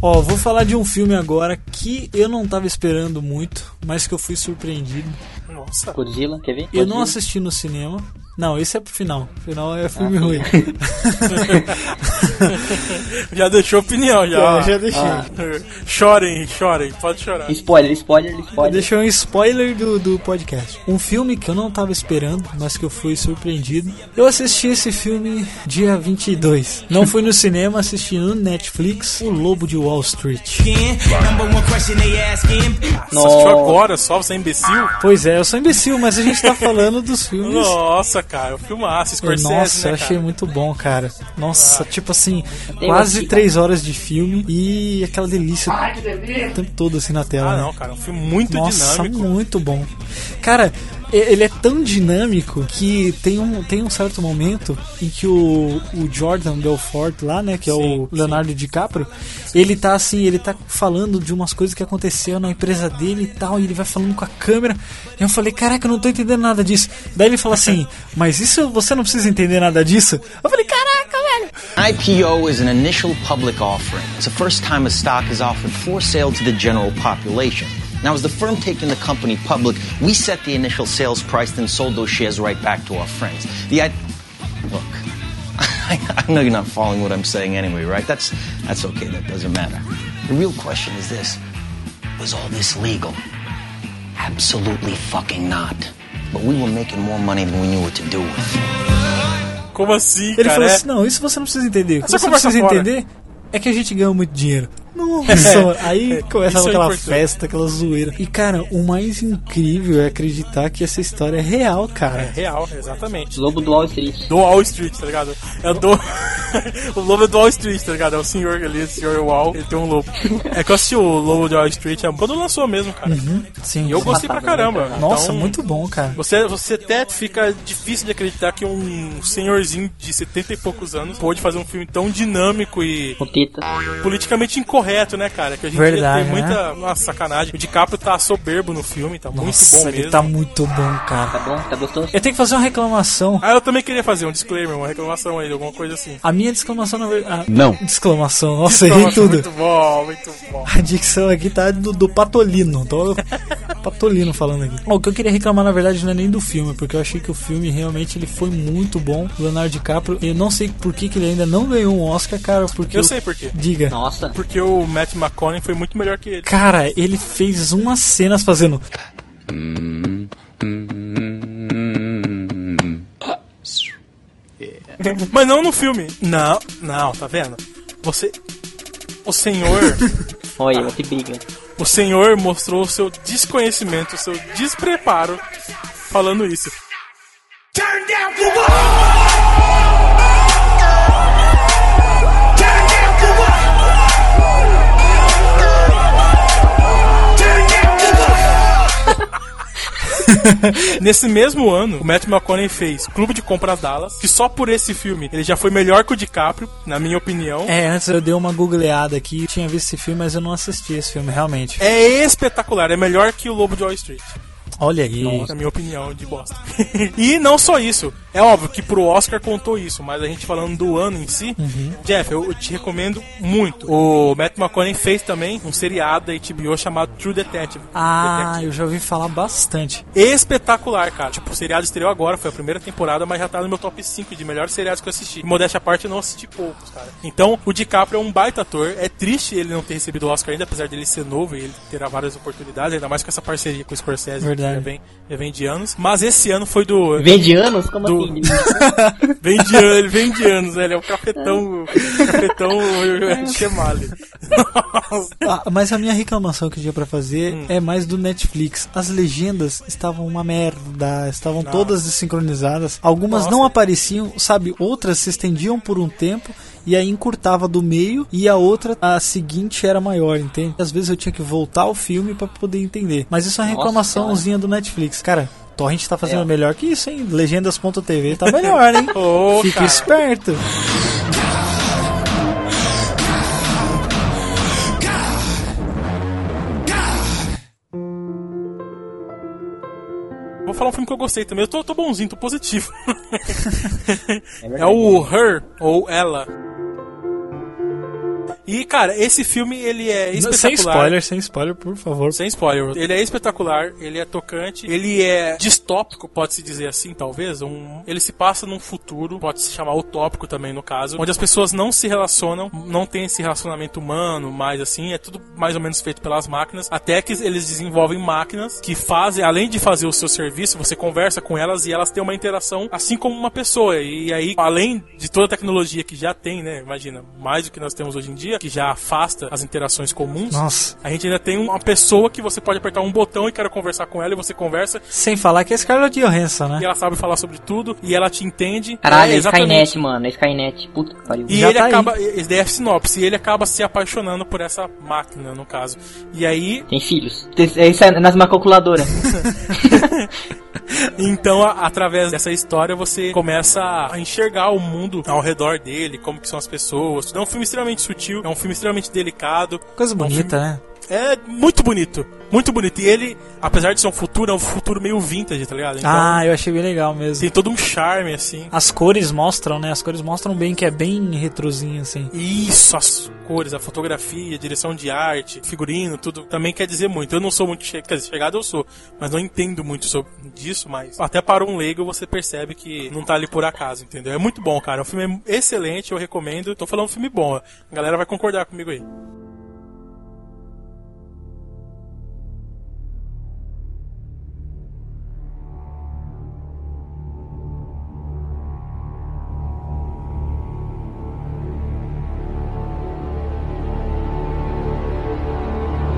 [SPEAKER 3] Ó, vou falar de um filme agora que eu não tava esperando muito, mas que eu fui surpreendido.
[SPEAKER 4] Nossa.
[SPEAKER 5] Godzilla, quer ver?
[SPEAKER 3] Eu não
[SPEAKER 5] Godzilla.
[SPEAKER 3] assisti no cinema, Não, esse é pro final. Final
[SPEAKER 4] Ah,
[SPEAKER 3] é filme
[SPEAKER 4] tá.
[SPEAKER 3] ruim.
[SPEAKER 4] já deixou opinião, já. ah.
[SPEAKER 3] É, já deixei.
[SPEAKER 4] Chorem, chorem, pode chorar.
[SPEAKER 5] Spoiler, spoiler, spoiler.
[SPEAKER 3] Deixou um spoiler do, do podcast. Um filme que eu não tava esperando, mas que eu fui surpreendido. Eu assisti esse filme dia 22. Não fui no cinema, assisti no Netflix O Lobo de Wall Street.
[SPEAKER 8] Number one question they asking.
[SPEAKER 4] Nossa, assistiu agora só, você é imbecil?
[SPEAKER 3] Pois é, eu sou imbecil, mas a gente tá falando dos filmes.
[SPEAKER 4] Nossa, cara, o filmaço, Scorsese,
[SPEAKER 3] É, Nossa,
[SPEAKER 4] né,
[SPEAKER 3] eu
[SPEAKER 4] cara? Ah.
[SPEAKER 3] achei muito bom, cara. Nossa, tipo assim,
[SPEAKER 5] Tem
[SPEAKER 3] quase
[SPEAKER 5] uma-
[SPEAKER 3] três horas de filme e aquela delícia o tempo todo assim na tela.
[SPEAKER 4] Ah,
[SPEAKER 3] né?
[SPEAKER 4] não, cara, um filme muito
[SPEAKER 3] Nossa,
[SPEAKER 4] dinâmico.
[SPEAKER 3] muito bom. Cara, e- ele é tão dinâmico que tem um, tem um certo momento em que o, o Jordan Belfort lá, né, que é o Leonardo DiCaprio, ele tá assim, ele tá falando de umas coisas que aconteceu na empresa dele e tal, e ele vai falando com a câmera. E eu falei, caraca, eu não tô entendendo nada disso. Daí ele fala assim, mas isso você não precisa entender nada disso? Eu falei, caraca, velho.
[SPEAKER 11] IPO is an initial public offering. It's the first time a stock is offered for sale to the general population. Now, as the firm taking the company public, we set the initial sales price, then sold those shares right back to our friends. The I- look, I know you're not following what I'm saying anyway, right? That's that's okay. That doesn't matter. The real question is this: Was all this legal? Absolutely fucking not. But we were making more money than we knew what to do with.
[SPEAKER 4] Como assim,
[SPEAKER 3] Ele
[SPEAKER 4] cara?
[SPEAKER 3] falou
[SPEAKER 4] é?
[SPEAKER 3] assim, não, isso você não precisa entender. O que
[SPEAKER 4] Essa
[SPEAKER 3] você
[SPEAKER 4] conversa
[SPEAKER 3] precisa
[SPEAKER 4] fora.
[SPEAKER 3] entender é que a gente ganhou muito dinheiro. Nossa, aí começa
[SPEAKER 4] Isso é
[SPEAKER 3] aquela
[SPEAKER 4] importante.
[SPEAKER 3] festa, aquela zoeira. E cara, o mais incrível é acreditar que essa história é real,
[SPEAKER 4] É
[SPEAKER 3] cara.
[SPEAKER 4] real, exatamente.
[SPEAKER 5] Lobo do Wall Street.
[SPEAKER 4] Do Wall Street, tá ligado? É o do... o lobo é do Wall Street, tá ligado? É o senhor ali, o senhor Wall, ele tem um lobo. É que eu assisti o Lobo de Wall Street é quando lançou mesmo, cara.
[SPEAKER 3] Sim.
[SPEAKER 4] E eu gostei pra caramba.
[SPEAKER 3] né, Nossa,
[SPEAKER 4] então-
[SPEAKER 3] muito bom, cara.
[SPEAKER 4] Você, você até fica difícil de acreditar que um senhorzinho de 70 e poucos anos pôde fazer um filme tão dinâmico e
[SPEAKER 5] Com teta.
[SPEAKER 4] politicamente incorreto, né, cara? Que a gente
[SPEAKER 3] Verdade,
[SPEAKER 4] tem
[SPEAKER 3] né?
[SPEAKER 4] muita nossa, sacanagem. O DiCaprio tá soberbo no filme, tá
[SPEAKER 3] Nossa,
[SPEAKER 4] muito bom
[SPEAKER 3] ele
[SPEAKER 4] mesmo.
[SPEAKER 3] tá muito bom, cara.
[SPEAKER 5] Tá bom? Tá gostoso?
[SPEAKER 3] Eu tenho que fazer uma reclamação.
[SPEAKER 4] Ah, eu também queria fazer um disclaimer, uma reclamação aí, alguma coisa assim.
[SPEAKER 3] A minha desclamação na verdade.
[SPEAKER 11] Não.
[SPEAKER 3] Desclamação, nossa,
[SPEAKER 4] Nossa,
[SPEAKER 3] errei tudo.
[SPEAKER 4] Muito bom, muito bom.
[SPEAKER 3] A dicção aqui tá do, do Patolino. Tô Patolino falando aqui. Ó, o que eu queria reclamar, na verdade, não é nem do filme, porque eu achei que o filme realmente ele foi muito bom. O Leonardo DiCaprio, eu não sei por que, que ele ainda não ganhou um Oscar, cara, porque.
[SPEAKER 4] Eu
[SPEAKER 3] o-
[SPEAKER 4] sei por quê.
[SPEAKER 3] Diga.
[SPEAKER 5] Nossa.
[SPEAKER 4] Porque o Matt McConaughey foi muito melhor que ele.
[SPEAKER 3] Cara, ele fez umas cenas fazendo.
[SPEAKER 4] Mas não no filme. Não, não, tá vendo? Você. O senhor.
[SPEAKER 5] Olha, que briga.
[SPEAKER 4] O senhor mostrou o seu desconhecimento, o seu despreparo falando isso. Nesse mesmo ano, o Matt McConaughey fez Clube de Compras Dallas, que só por esse filme ele já foi melhor que o DiCaprio, na minha opinião.
[SPEAKER 3] É, antes eu dei uma googleada aqui. Tinha visto esse filme, mas eu não assisti esse filme, realmente.
[SPEAKER 4] É espetacular, é melhor que o Lobo de Wall Street. Então,
[SPEAKER 3] Olha aí.
[SPEAKER 4] Na minha opinião, de bosta. e não só isso. É óbvio que pro Oscar contou isso, mas a gente falando do ano em si, Jeff, eu te recomendo muito. O Matt McConaughey fez também um seriado da HBO chamado True Detective.
[SPEAKER 3] Ah,
[SPEAKER 4] Detective.
[SPEAKER 3] eu já ouvi falar bastante.
[SPEAKER 4] Espetacular, cara. Tipo, o seriado estreou agora, foi a primeira temporada, mas já tá no meu top 5 de melhores seriados que eu assisti. E, modéstia à parte, eu não assisti poucos, cara. Então, o DiCaprio é um baita ator. É triste ele não ter recebido o Oscar ainda, apesar dele ser novo e ele terá várias oportunidades, ainda mais com essa parceria com o Scorsese,
[SPEAKER 3] Verdade.
[SPEAKER 4] que já vem, já vem de anos. Mas esse ano foi do.
[SPEAKER 5] Vem de anos? Como
[SPEAKER 4] Do-
[SPEAKER 5] assim?
[SPEAKER 4] Vem de anos, ele vem de anos, né? Ele é o cafetão. cafetão Chemale. Nossa.
[SPEAKER 3] Ah, mas a minha reclamação que eu tinha pra fazer
[SPEAKER 4] Hum.
[SPEAKER 3] é mais do Netflix. As legendas estavam uma merda, estavam todas desincronizadas. Algumas não apareciam, sabe? Outras se estendiam por um tempo e aí encurtava do meio e a outra, a seguinte, era maior, entende? Às vezes eu tinha que voltar ao filme pra poder entender. Mas isso é uma
[SPEAKER 5] Nossa,
[SPEAKER 3] reclamaçãozinha do Netflix. Cara, Torrent tá
[SPEAKER 4] É.
[SPEAKER 3] fazendo melhor que isso, hein? Legendas.tv tá melhor, hein?
[SPEAKER 4] Ô,
[SPEAKER 3] Fica
[SPEAKER 4] cara.
[SPEAKER 3] esperto.
[SPEAKER 4] Vou falar um filme que eu gostei também. Eu tô, tô bonzinho, tô positivo. É, o Her ou Ela. E, cara, esse filme, ele é espetacular.
[SPEAKER 3] Sem spoiler, sem spoiler, por favor.
[SPEAKER 4] Sem spoiler. Ele é espetacular, ele é tocante, ele é distópico, pode-se dizer assim, talvez. Um, ele se passa num futuro, pode-se chamar utópico também, no caso, onde as pessoas não se relacionam, não tem esse relacionamento humano, mais assim, é tudo mais ou menos feito pelas máquinas, até que eles desenvolvem máquinas que fazem, além de fazer o seu serviço, você conversa com elas e elas têm uma interação assim como uma pessoa. E aí, além de toda a tecnologia que já tem, né, imagina, mais do que nós temos hoje em dia, que já afasta as interações comuns.
[SPEAKER 3] Nossa.
[SPEAKER 4] A gente ainda tem uma pessoa que você pode apertar um botão e quer conversar com ela e você conversa.
[SPEAKER 3] Sem falar que é Scarlett Johansson, né?
[SPEAKER 4] E ela sabe falar sobre tudo e ela te entende.
[SPEAKER 5] Caralho, é, exatamente. Skynet, mano. É Skynet. Puta que pariu.
[SPEAKER 4] E já ele tá acaba. Ele é sinopse. E ele acaba se apaixonando por essa máquina, no caso. E aí.
[SPEAKER 5] Tem filhos. É isso aí, nas macalculadoras.
[SPEAKER 4] então, a, através dessa história, você começa a enxergar o mundo ao redor dele, como que são as pessoas. É um filme extremamente sutil, é um filme extremamente delicado.
[SPEAKER 3] Coisa bonita,
[SPEAKER 4] é um
[SPEAKER 3] né?
[SPEAKER 4] É muito bonito, muito bonito. E ele, apesar de ser um futuro, é um futuro meio vintage, tá ligado?
[SPEAKER 3] Então, ah, eu achei bem legal mesmo.
[SPEAKER 4] Tem todo um charme, assim.
[SPEAKER 3] As cores mostram, né? As cores mostram bem que é bem retrozinho, assim.
[SPEAKER 4] Isso, as cores, a fotografia, a direção de arte, figurino, tudo também quer dizer muito. Eu não sou muito che... dizer, chegado, eu sou, mas não entendo muito sobre disso, mas até para um leigo você percebe que não tá ali por acaso, entendeu? É muito bom, cara. É um filme excelente, eu recomendo. Tô falando um filme bom, a galera vai concordar comigo aí.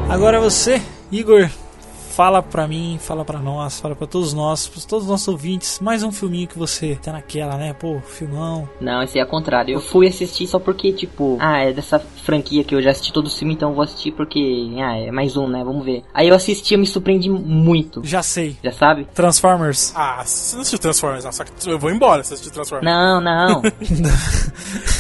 [SPEAKER 3] Agora você, Igor, fala pra mim, fala pra nós, fala pra todos nós, pra todos os nossos ouvintes, mais um filminho que você tá naquela, né? Pô, filmão.
[SPEAKER 5] Não, esse é ao contrário. Eu fui assistir só porque, tipo, ah, é dessa franquia que eu já assisti todo o filme, então vou assistir porque, ah, é mais um, né? Vamos ver. Aí eu assisti e me surpreendi muito.
[SPEAKER 3] Já sei.
[SPEAKER 5] Já sabe?
[SPEAKER 3] Transformers.
[SPEAKER 4] Ah, você não assistiu Transformers, não, só que eu vou embora se assistir Transformers.
[SPEAKER 5] Não, não.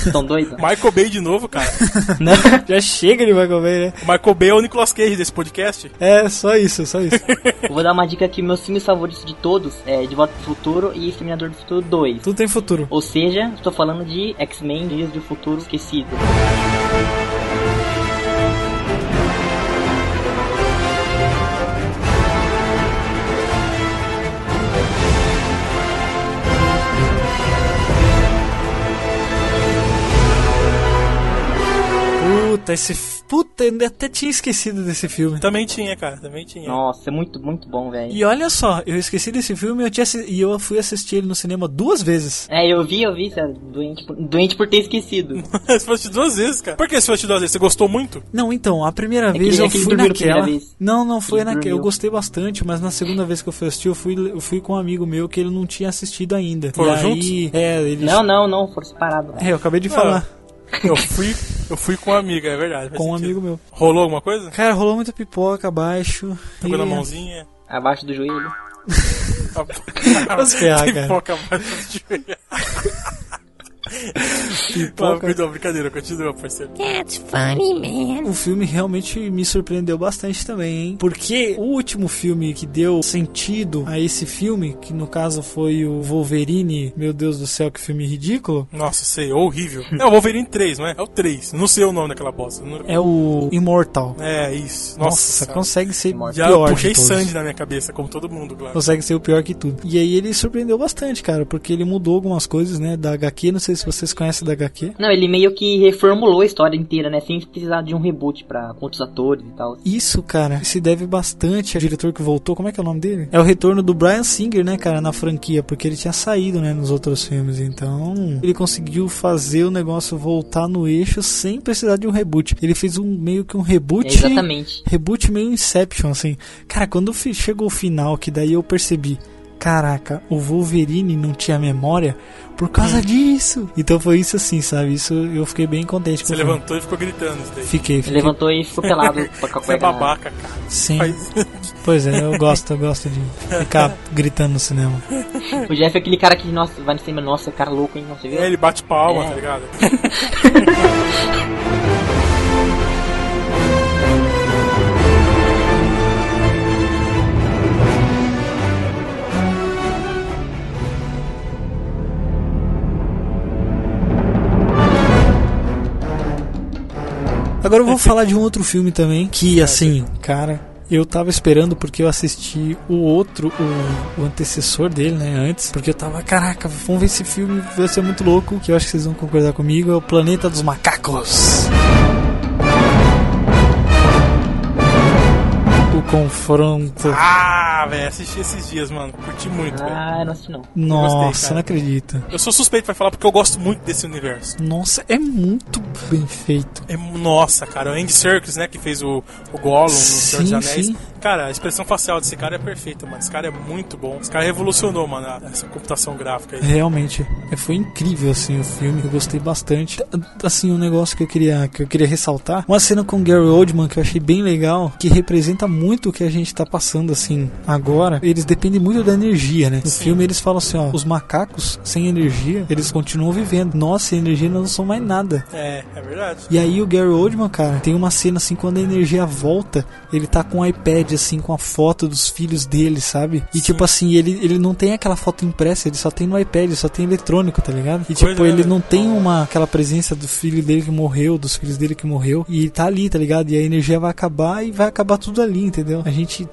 [SPEAKER 5] Estão doidos?
[SPEAKER 4] Michael Bay de novo, cara.
[SPEAKER 3] não, já chega de Michael Bay, né?
[SPEAKER 4] O Michael Bay é o Nicolas Cage desse podcast.
[SPEAKER 3] É, só isso, só isso.
[SPEAKER 5] Vou dar uma dica que meus filmes favoritos de todos é De Volta pro Futuro e Exterminador do Futuro 2.
[SPEAKER 3] Tudo tem futuro.
[SPEAKER 5] Ou seja, estou falando de X-Men Dias do Futuro Esquecido.
[SPEAKER 3] Puta, esse. Puta, eu até tinha esquecido desse filme.
[SPEAKER 4] Também tinha, cara, também tinha.
[SPEAKER 5] Nossa, é muito, muito bom, velho.
[SPEAKER 3] E olha só, eu esqueci desse filme eu tinha, e eu fui assistir ele no cinema duas vezes.
[SPEAKER 5] É, eu vi, eu vi, você é doente, doente por ter esquecido.
[SPEAKER 4] você foi assistir duas vezes, cara. Por que você foi assistir duas vezes? Você gostou muito?
[SPEAKER 3] Não, então, a primeira é que, vez eu fui naquela. Não, não foi naquela. Eu gostei bastante, mas na segunda vez que eu fui assistir, eu fui, eu fui com um amigo meu que ele não tinha assistido ainda.
[SPEAKER 4] Foram juntos? Aí,
[SPEAKER 3] é, ele...
[SPEAKER 5] Não, não, não, foram separados.
[SPEAKER 3] É, eu acabei de ah. falar.
[SPEAKER 4] Eu fui, eu fui com uma amiga, é verdade.
[SPEAKER 3] Com um amigo meu.
[SPEAKER 4] Rolou alguma coisa?
[SPEAKER 3] Cara, rolou muita pipoca abaixo.
[SPEAKER 4] Pegou e... na mãozinha. Tá
[SPEAKER 5] Abaixo do joelho.
[SPEAKER 3] Vamos ferrar,
[SPEAKER 4] cara. Pipoca abaixo do joelho. Pipoca. Não, brincadeira, continua, parceiro.
[SPEAKER 3] That's funny, man. O filme realmente me surpreendeu bastante também, hein? Porque o último filme que deu sentido a esse filme, que no caso foi o Wolverine, meu Deus do céu, que filme ridículo.
[SPEAKER 4] Nossa, sei, horrível. É o Wolverine 3, não é? É o 3. Não sei o nome daquela bosta. Não...
[SPEAKER 3] É o Immortal.
[SPEAKER 4] É, isso.
[SPEAKER 3] Nossa, Nossa consegue ser Immortal.
[SPEAKER 4] Já
[SPEAKER 3] pior.
[SPEAKER 4] Já puxei Sandy na minha cabeça, como todo mundo, claro.
[SPEAKER 3] Consegue ser o pior que tudo. E aí ele surpreendeu bastante, cara, porque ele mudou algumas coisas, né, da HQ, não sei se vocês conhecem da HQ.
[SPEAKER 5] Não, ele meio que reformulou a história inteira, né? Sem precisar de um reboot pra, com outros atores e tal.
[SPEAKER 3] Isso, cara, se deve bastante ao diretor que voltou. Como é que é o nome dele? É o retorno do Brian Singer, né, cara, na franquia, porque ele tinha saído, né, nos outros filmes. Então, ele conseguiu fazer o negócio voltar no eixo sem precisar de um reboot. Ele fez um meio que um reboot. É
[SPEAKER 5] exatamente.
[SPEAKER 3] Reboot meio Inception, assim. Cara, quando chegou o final, que daí eu percebi caraca, o Wolverine não tinha memória por causa hum. disso. Então foi isso assim, sabe? Isso eu fiquei bem contente.
[SPEAKER 4] Você levantou e ficou gritando isso daí.
[SPEAKER 3] Fiquei, fiquei.
[SPEAKER 5] Levantou e ficou pelado né?
[SPEAKER 4] Você é babaca, cara.
[SPEAKER 3] Sim. Mas... pois é, eu gosto, eu gosto de ficar gritando no cinema.
[SPEAKER 5] O Jeff é aquele cara que, nossa, vai no cinema, nossa, cara louco, hein? Você viu?
[SPEAKER 4] É, ele bate palma, é. tá ligado?
[SPEAKER 3] Agora eu vou falar de um outro filme também, que assim, cara, eu tava esperando porque eu assisti o outro, o, o antecessor dele, né, antes, porque eu tava, caraca, vamos ver esse filme, vai ser muito louco, que eu acho que vocês vão concordar comigo, é o Planeta dos Macacos. O confronto.
[SPEAKER 4] Ah, velho, assisti esses dias, mano. Curti muito, velho.
[SPEAKER 5] Ah, não assisti não.
[SPEAKER 3] Nossa,
[SPEAKER 4] Gostei, cara.
[SPEAKER 3] não acredito.
[SPEAKER 4] Eu sou suspeito pra falar porque eu gosto muito desse universo.
[SPEAKER 3] Nossa, é muito bem feito.
[SPEAKER 4] É, nossa, cara, o Andy Serkis, né, que fez o, o Gollum,
[SPEAKER 3] Sim,
[SPEAKER 4] o Senhor dos Anéis.
[SPEAKER 3] sim.
[SPEAKER 4] Cara, a expressão facial desse cara é perfeita, mano. Esse cara é muito bom. Esse cara revolucionou, mano, a- essa computação gráfica aí.
[SPEAKER 3] Realmente, é, foi incrível assim o filme, eu gostei bastante. T- Assim, um negócio que eu queria que eu queria ressaltar, uma cena com Gary Oldman que eu achei bem legal, que representa muito o que a gente tá passando assim agora. Eles dependem muito da energia, né? No filme eles falam assim, ó, os macacos sem energia, eles continuam vivendo. Nós sem energia não somos mais nada.
[SPEAKER 4] É, é verdade.
[SPEAKER 3] E aí o Gary Oldman, cara, tem uma cena assim quando a energia volta, ele tá com o iPad assim com a foto dos filhos dele, sabe? E tipo assim, ele, ele não tem aquela foto impressa, ele só tem no iPad, só tem eletrônico, tá ligado? E
[SPEAKER 4] Coisa,
[SPEAKER 3] tipo,
[SPEAKER 4] né,
[SPEAKER 3] ele
[SPEAKER 4] velho?
[SPEAKER 3] não tem uma aquela presença do filho dele que morreu, dos filhos dele que morreu, e tá ali, tá ligado? E a energia vai acabar e vai acabar tudo ali, entendeu? A gente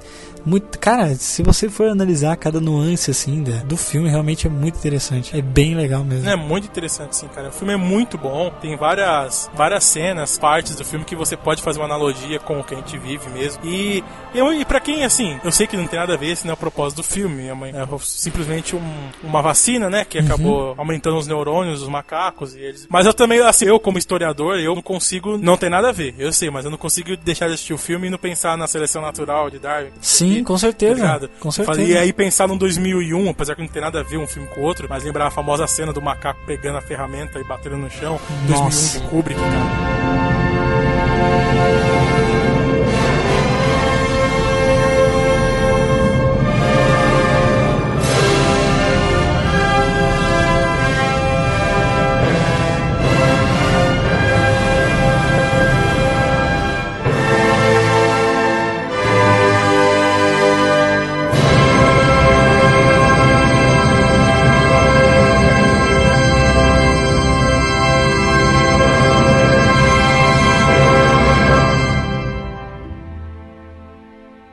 [SPEAKER 3] muito, cara, se você for analisar cada nuance assim da- do filme, realmente é muito interessante. É bem legal mesmo.
[SPEAKER 4] É muito interessante, sim, cara. O filme é muito bom. Tem várias, várias cenas, partes do filme que você pode fazer uma analogia com o que a gente vive mesmo. E, eu, e para quem, assim, eu sei que não tem nada a ver, esse não é o propósito do filme. É, uma- é simplesmente um- uma vacina, né? Que acabou aumentando os neurônios dos macacos e eles. Mas eu também, assim, eu como historiador, eu não consigo. Não tem nada a ver, eu sei, mas eu não consigo deixar de assistir o filme e não pensar na seleção natural de Darwin.
[SPEAKER 3] Sim, com
[SPEAKER 4] Tá
[SPEAKER 3] certeza.
[SPEAKER 4] ligado?
[SPEAKER 3] com
[SPEAKER 4] Eu
[SPEAKER 3] certeza.
[SPEAKER 4] falei, E aí pensar no 2001, apesar que não tem nada a ver um filme com o outro, mas lembrar a famosa cena do macaco pegando a ferramenta e batendo no chão.
[SPEAKER 3] Nossa.
[SPEAKER 4] 2001 de um Kubrick, cara.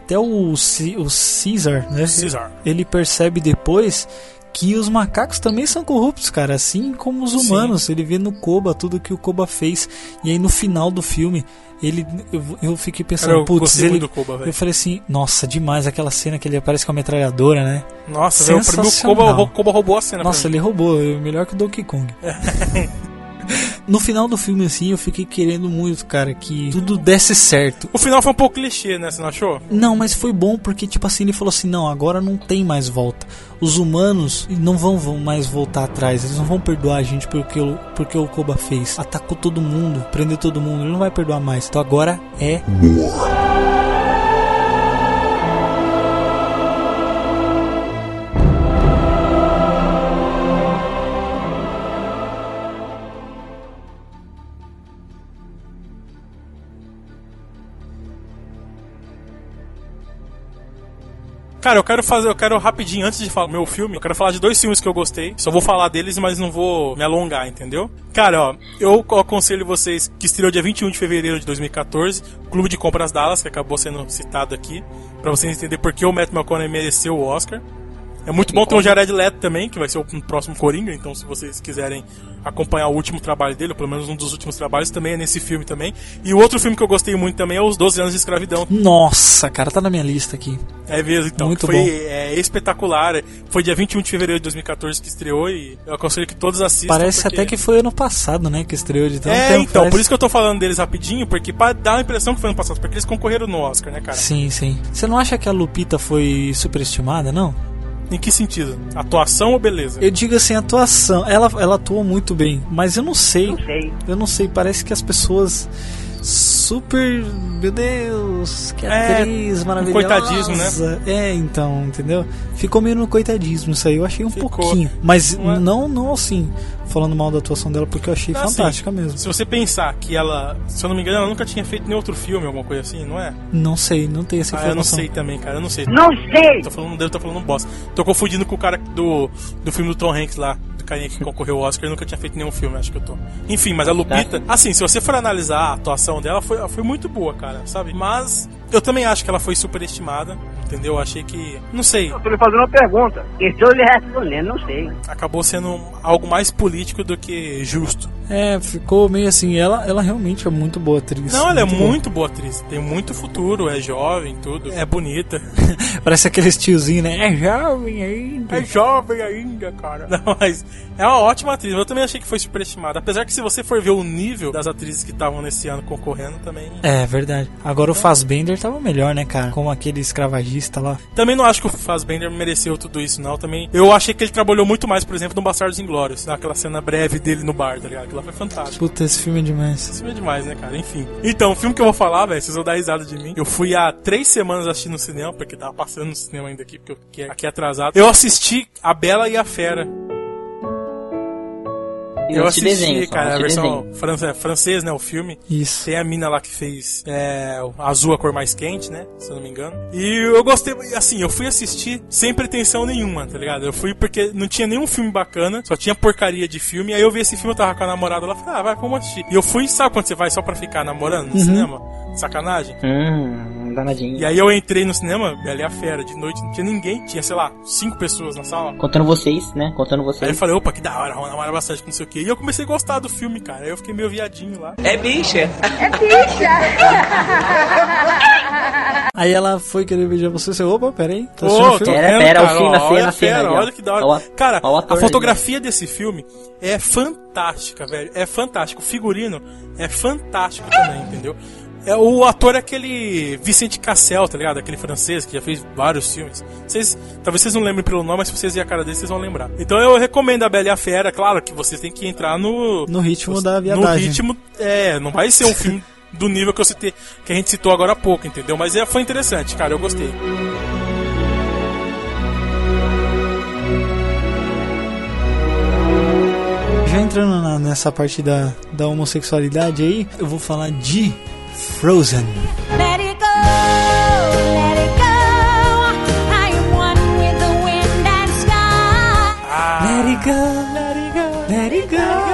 [SPEAKER 3] Até o, C- o Caesar, né?
[SPEAKER 4] Caesar.
[SPEAKER 3] Ele percebe depois que os macacos também são corruptos, cara, assim como os humanos. Ele vê no Koba tudo que o Koba fez. E aí no final do filme, ele eu, eu fiquei pensando,
[SPEAKER 4] Cara, eu
[SPEAKER 3] putz,
[SPEAKER 4] gostei
[SPEAKER 3] ele
[SPEAKER 4] muito do Koba, velho.
[SPEAKER 3] Eu falei assim, nossa, demais aquela cena que ele aparece com a metralhadora, né?
[SPEAKER 4] Nossa, velho, pra mim o
[SPEAKER 3] Sensacional.
[SPEAKER 4] Koba, o Koba roubou a cena. é pra
[SPEAKER 3] Nossa,
[SPEAKER 4] mim. É.
[SPEAKER 3] ele roubou, é melhor que o Donkey Kong. No final do filme, assim, eu fiquei querendo muito, cara, que tudo desse certo.
[SPEAKER 4] O final foi um pouco clichê, né? Você não achou?
[SPEAKER 3] Não, mas foi bom porque, tipo assim, ele falou assim: não, agora não tem mais volta. Os humanos não vão, vão mais voltar atrás. Eles não vão perdoar a gente porque o, porque o Koba fez. Atacou todo mundo, prendeu todo mundo. Ele não vai perdoar mais. Então agora é.
[SPEAKER 4] Cara, eu quero fazer, eu quero rapidinho, antes de falar meu filme, eu quero falar de dois filmes que eu gostei. Só vou falar deles, mas não vou me alongar, entendeu? Cara, ó, eu aconselho vocês que estreou dia 21 de fevereiro de 2014, Clube de Compras Dallas, que acabou sendo citado aqui, pra vocês entenderem por que o Matt McConaughey mereceu o Oscar. É muito bom ter o Jared Leto também, que vai ser o próximo Coringa, então se vocês quiserem acompanhar o último trabalho dele, ou pelo menos um dos últimos trabalhos, também é nesse filme também. E o outro filme que eu gostei muito também é Os 12 Anos de Escravidão,
[SPEAKER 3] Nossa, cara, tá na minha lista aqui.
[SPEAKER 4] é mesmo, então.
[SPEAKER 3] Muito
[SPEAKER 4] foi
[SPEAKER 3] bom.
[SPEAKER 4] é, espetacular. Foi dia 21 de fevereiro de 2014 que estreou e eu aconselho que todos assistam.
[SPEAKER 3] Parece
[SPEAKER 4] porque-
[SPEAKER 3] até que foi ano passado, né? Que estreou de tanto
[SPEAKER 4] é,
[SPEAKER 3] tempo.
[SPEAKER 4] então,
[SPEAKER 3] parece-
[SPEAKER 4] por isso que eu tô falando deles rapidinho, porque pra dar a impressão que foi ano passado, porque eles concorreram no Oscar, né, cara?
[SPEAKER 3] Sim, sim. Você não acha que a Lupita foi superestimada, não?
[SPEAKER 4] Em que sentido? Atuação ou beleza?
[SPEAKER 3] Eu digo assim, atuação. Ela, ela atua muito bem, mas eu não sei. Eu não sei, parece que as pessoas. Super. Meu Deus, que
[SPEAKER 4] É,
[SPEAKER 3] atriz
[SPEAKER 4] um
[SPEAKER 3] maravilhosa.
[SPEAKER 4] coitadismo, né?
[SPEAKER 3] É, então, entendeu? Ficou meio no coitadismo isso aí, eu achei um
[SPEAKER 4] Ficou.
[SPEAKER 3] pouquinho. Mas
[SPEAKER 4] Não é?
[SPEAKER 3] não, não assim. falando mal da atuação dela porque eu achei
[SPEAKER 4] Ah,
[SPEAKER 3] fantástica
[SPEAKER 4] sim.
[SPEAKER 3] mesmo.
[SPEAKER 4] Se você pensar que ela, se eu não me engano, ela nunca tinha feito nenhum outro filme, alguma coisa assim, não é?
[SPEAKER 3] Não sei, não tenho essa
[SPEAKER 4] Ah, eu não
[SPEAKER 3] informação.
[SPEAKER 4] sei também, cara, eu não sei.
[SPEAKER 3] Não sei!
[SPEAKER 4] Tô falando, devo estar falando bosta. Tô confundindo com o cara do, do filme do Tom Hanks lá, do carinha que concorreu ao Oscar, ele nunca tinha feito nenhum filme, acho que eu tô. Enfim, mas a Lupita, assim, se você for analisar a atuação dela, foi, foi muito boa, cara, sabe? Mas eu também acho que ela foi superestimada, entendeu? Eu achei que, não sei,
[SPEAKER 12] Eu tô lhe fazendo uma pergunta. E se eu lhe respondendo, não sei.
[SPEAKER 4] acabou sendo algo mais político do que justo.
[SPEAKER 3] É, ficou meio assim. Ela, ela realmente é muito boa atriz.
[SPEAKER 4] Não, ela é
[SPEAKER 3] boa.
[SPEAKER 4] muito boa atriz, tem muito futuro, é jovem, tudo, é bonita.
[SPEAKER 3] Parece aqueles tiozinhos, né? É jovem ainda.
[SPEAKER 4] É jovem ainda, cara. Não, mas é uma ótima atriz. Eu também achei que foi superestimada. Apesar que se você for ver o nível das atrizes que estavam nesse ano concorrendo, também.
[SPEAKER 3] É, verdade. Agora o Fassbender tava melhor, né, cara? Como aquele escravagista lá.
[SPEAKER 4] Também não acho que o Fassbender mereceu tudo isso, não. Também. Eu achei que ele trabalhou muito mais, por exemplo, no Bastardos Inglórios. Naquela cena breve dele no bar, tá ligado? Aquilo lá foi fantástico.
[SPEAKER 3] Puta, esse filme é demais.
[SPEAKER 4] Isso é demais, né, cara? Enfim. Então, o filme que eu vou falar, velho, vocês vão dar risada de mim. Eu fui há três semanas assistir no cinema, porque tava passando no cinema ainda aqui, porque eu fiquei aqui atrasado. Eu assisti A Bela e a Fera. Eu
[SPEAKER 5] Não Hum, te
[SPEAKER 4] assisti,
[SPEAKER 5] desenho, só,
[SPEAKER 4] cara,
[SPEAKER 5] não
[SPEAKER 4] a
[SPEAKER 5] te
[SPEAKER 4] versão
[SPEAKER 5] desenho.
[SPEAKER 4] francesa, francês, né, o filme.
[SPEAKER 3] Isso.
[SPEAKER 4] Tem a mina lá que fez é, o azul a cor mais quente, né, se eu não me engano. E eu gostei, assim, eu fui assistir sem pretensão nenhuma, tá ligado? Eu fui porque não tinha nenhum filme bacana, só tinha porcaria de filme. Aí eu vi esse filme, eu tava com a namorada, ela falou, ah, vai, vamos assistir. E eu fui, sabe quando você vai só pra ficar namorando no
[SPEAKER 5] Uhum.
[SPEAKER 4] cinema? Sacanagem.
[SPEAKER 5] Hum, danadinho.
[SPEAKER 4] E aí eu entrei no cinema, Bela e a Fera, de noite, não tinha ninguém, tinha, sei lá, cinco pessoas na sala.
[SPEAKER 5] Contando vocês, né? Contando
[SPEAKER 4] Aí eu
[SPEAKER 5] vocês.
[SPEAKER 4] falei, opa, que da hora, vamos namorar bastante, que não sei o quê. E eu comecei a gostar do filme, cara. Aí eu fiquei meio viadinho lá.
[SPEAKER 5] É bicha.
[SPEAKER 13] É bicha!
[SPEAKER 3] Aí ela foi querer beijar você e você, opa, peraí. Tô
[SPEAKER 4] Ô,
[SPEAKER 3] assistindo o
[SPEAKER 4] tô
[SPEAKER 3] filme.
[SPEAKER 4] vendo, cara, ó, olha, pera, olha que da hora. cara,
[SPEAKER 3] ó o
[SPEAKER 4] a
[SPEAKER 3] ator
[SPEAKER 4] fotografia desse filme é fantástica, velho. É fantástico. O figurino é fantástico também, entendeu? É, o ator é aquele Vicente Cassel, tá ligado? Aquele francês que já fez vários filmes. Vocês, talvez vocês não lembrem pelo nome, mas se vocês verem a cara dele, vocês vão lembrar. Então eu recomendo a Bela e a Fera. Claro que vocês têm que entrar no...
[SPEAKER 3] No ritmo da
[SPEAKER 4] No
[SPEAKER 3] viadagem.
[SPEAKER 4] ritmo... É, não vai ser um filme do nível que, eu citei, que a gente citou agora há pouco, entendeu? Mas é, foi interessante, cara. Eu gostei.
[SPEAKER 3] Já entrando na- nessa parte da, da homossexualidade aí, eu vou falar de Frozen.
[SPEAKER 13] Let it go, let it go. I am one with the wind and sky.
[SPEAKER 4] Ah,
[SPEAKER 3] Let it go, let it go, let it go.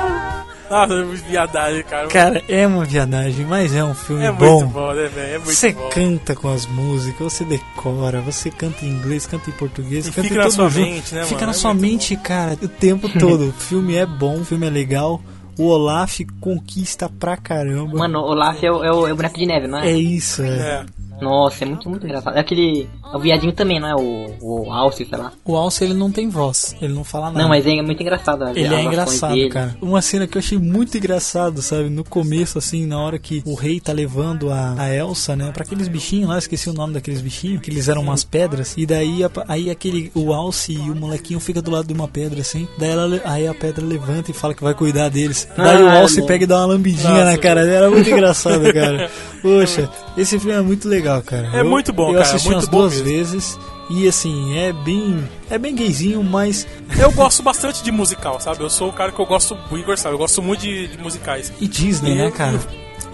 [SPEAKER 4] nossa, Tá viadagem, cara.
[SPEAKER 3] Cara, é uma viadagem, mas é um filme
[SPEAKER 4] É
[SPEAKER 3] bom.
[SPEAKER 4] muito bom, né, velho? É muito
[SPEAKER 3] você
[SPEAKER 4] bom.
[SPEAKER 3] canta com as músicas, você decora, você canta em inglês, canta em português,
[SPEAKER 4] E
[SPEAKER 3] canta
[SPEAKER 4] fica
[SPEAKER 3] em
[SPEAKER 4] na
[SPEAKER 3] todo
[SPEAKER 4] sua
[SPEAKER 3] junto.
[SPEAKER 4] mente, né,
[SPEAKER 3] Fica
[SPEAKER 4] mano?
[SPEAKER 3] na
[SPEAKER 4] É
[SPEAKER 3] sua mente, cara, o tempo todo. o filme é bom, o filme é legal. O Olaf conquista pra caramba.
[SPEAKER 5] Mano, o Olaf é o, é, o, é o boneco de neve, não é?
[SPEAKER 3] É isso, é.
[SPEAKER 5] Nossa, é muito, muito engraçado. É aquele. é o viadinho também, não é? O, o Alce, sei lá.
[SPEAKER 3] O Alce ele não tem voz, ele não fala nada.
[SPEAKER 5] Não, mas é muito engraçado.
[SPEAKER 4] Ah,
[SPEAKER 5] as-
[SPEAKER 3] Ele
[SPEAKER 5] as
[SPEAKER 3] é
[SPEAKER 5] ações
[SPEAKER 3] engraçado,
[SPEAKER 5] dele.
[SPEAKER 3] cara. Uma cena que eu achei muito engraçado, sabe? No começo, assim, na hora que o rei tá levando a, a Elsa, né? Pra aqueles bichinhos lá, esqueci o nome daqueles bichinhos, que eles eram umas pedras. E daí a- aí aquele, o Alce e o molequinho fica do lado de uma pedra, assim. Daí ela, le- aí a pedra levanta e fala que vai cuidar deles. Daí o
[SPEAKER 9] Ah,
[SPEAKER 3] Alce
[SPEAKER 4] é.
[SPEAKER 9] não.
[SPEAKER 3] pega e dá uma lambidinha
[SPEAKER 9] Nossa,
[SPEAKER 3] na cara. Era muito engraçado, cara. Poxa, esse filme é muito legal, cara.
[SPEAKER 4] É muito bom,
[SPEAKER 3] eu
[SPEAKER 4] cara,
[SPEAKER 3] assisti
[SPEAKER 4] muito
[SPEAKER 3] umas
[SPEAKER 4] bom
[SPEAKER 3] duas
[SPEAKER 4] mesmo.
[SPEAKER 3] vezes. E assim, é bem. É bem gayzinho, mas
[SPEAKER 4] Eu gosto bastante de musical, sabe? Eu sou o cara que eu gosto, o Igor sabe, eu gosto muito de, de musicais.
[SPEAKER 3] E Disney, né, cara?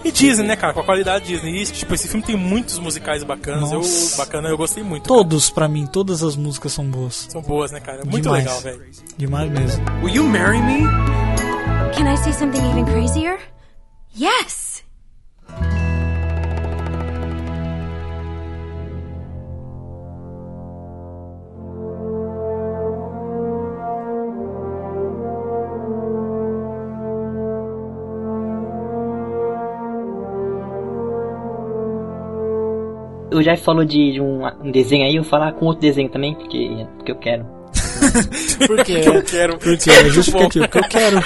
[SPEAKER 4] E Disney, né, cara? Com a qualidade Disney. E, tipo, esse filme tem muitos musicais bacanas. Eu,
[SPEAKER 3] Nossa.
[SPEAKER 4] bacana, eu gostei muito.
[SPEAKER 3] Todos, pra mim, todas as músicas são boas.
[SPEAKER 4] São boas, né, cara? É Muito
[SPEAKER 3] Demais.
[SPEAKER 4] legal, velho.
[SPEAKER 3] Demais mesmo.
[SPEAKER 4] Will you marry me?
[SPEAKER 13] Can I say something even crazier? Yes!
[SPEAKER 5] O Jeff falou de, de um, um desenho aí, eu vou falar com outro desenho também, porque, porque eu quero.
[SPEAKER 3] Porque
[SPEAKER 4] eu quero.
[SPEAKER 3] Porque é justificativo, que eu quero.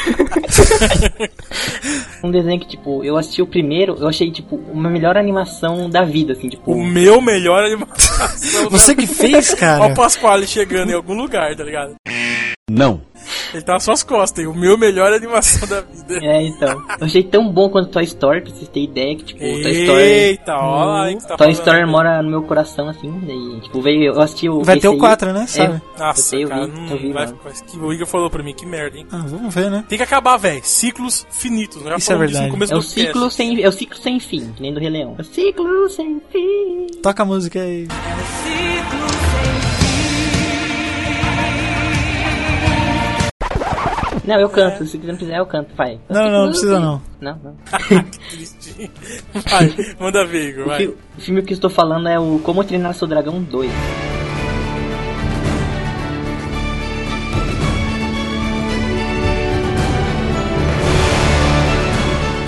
[SPEAKER 5] um desenho que, tipo, eu assisti o primeiro, eu achei, tipo, uma melhor animação da vida, assim, tipo.
[SPEAKER 4] O meu melhor animação.
[SPEAKER 5] Você que fez, cara?
[SPEAKER 4] Olha o Pasquale chegando em algum lugar, tá ligado?
[SPEAKER 14] Não.
[SPEAKER 4] Ele tá nas suas costas, hein? O meu melhor animação da vida.
[SPEAKER 5] É, então. Eu achei tão bom quanto Toy Story, pra vocês terem ideia, que, tipo, Toy Story. Uhum.
[SPEAKER 4] Eita, ó lá, hein, que tá
[SPEAKER 5] Toy
[SPEAKER 4] falando.
[SPEAKER 5] Story mora no meu coração, assim, daí, tipo, veio, eu assisti o.
[SPEAKER 3] Vai ter o
[SPEAKER 5] VCI,
[SPEAKER 3] 4, né? Sabe?
[SPEAKER 5] É,
[SPEAKER 4] Nossa,
[SPEAKER 5] eu vi,
[SPEAKER 4] cara,
[SPEAKER 5] eu vi,
[SPEAKER 4] não
[SPEAKER 5] eu vi,
[SPEAKER 4] vai
[SPEAKER 5] mano.
[SPEAKER 4] ficar- que o Igor falou pra mim, que merda, hein?
[SPEAKER 3] Ah, vamos ver, né?
[SPEAKER 4] Tem que acabar, velho. Ciclos finitos, né? Já
[SPEAKER 3] Isso é
[SPEAKER 4] falamos disso
[SPEAKER 3] verdade.
[SPEAKER 4] No começo
[SPEAKER 5] É o
[SPEAKER 4] do cast.
[SPEAKER 5] ciclo sem, é o ciclo sem fim, que nem do Rei Leão. É o ciclo sem fim.
[SPEAKER 3] Toca a música aí.
[SPEAKER 5] Não, eu
[SPEAKER 4] É.
[SPEAKER 5] canto. Se você não quiser, eu canto, pai.
[SPEAKER 3] Não, não, não precisa não.
[SPEAKER 5] Não, não.
[SPEAKER 4] Vai, manda ver, Igor,
[SPEAKER 5] O,
[SPEAKER 4] vai.
[SPEAKER 5] fi- o filme que eu estou falando é o Como Treinar Seu Dragão 2.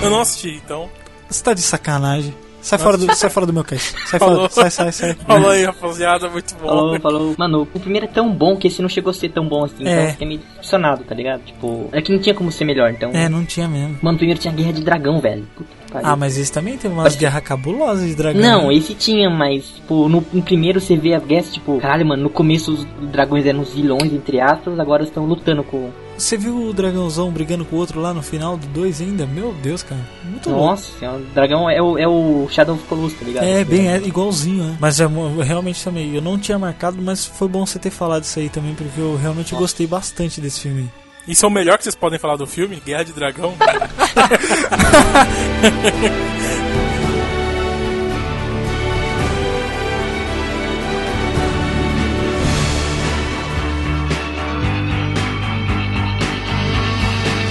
[SPEAKER 4] Eu não assisti, então.
[SPEAKER 3] Você tá de sacanagem. Sai fora do, sai fora do meu cast. Sai
[SPEAKER 4] Falou.
[SPEAKER 3] fora. Sai, sai, sai.
[SPEAKER 4] Falou aí, rapaziada, muito bom.
[SPEAKER 5] Falou, falou. Mano, o primeiro é tão bom que esse não chegou a ser tão bom assim.
[SPEAKER 3] É.
[SPEAKER 5] Então eu fiquei meio decepcionado, tá ligado? Tipo, é que não tinha como ser melhor, então.
[SPEAKER 3] É, não tinha mesmo.
[SPEAKER 5] Mano, o primeiro tinha Guerra de Dragão, velho. Puta que pariu.
[SPEAKER 3] Ah, mas esse também tem umas guerras cabulosas de dragão.
[SPEAKER 5] Não,
[SPEAKER 3] né?
[SPEAKER 5] esse tinha, mas, tipo, no, no primeiro você vê a guerra, tipo, caralho, mano, no começo os dragões eram os vilões, entre aspas, agora estão lutando com.
[SPEAKER 3] Você viu o dragãozão brigando com o outro lá no final do 2 ainda? Meu Deus, cara. Muito louco.
[SPEAKER 5] Nossa, senhora, o dragão é o, é o Shadow of Colossus, tá ligado?
[SPEAKER 3] É, bem, é igualzinho, né? Mas é, mo- realmente também, eu não tinha marcado, mas foi bom você ter falado isso aí também, porque eu realmente gostei bastante desse filme.
[SPEAKER 4] Isso é o melhor que vocês podem falar do filme? Guerra de Dragão?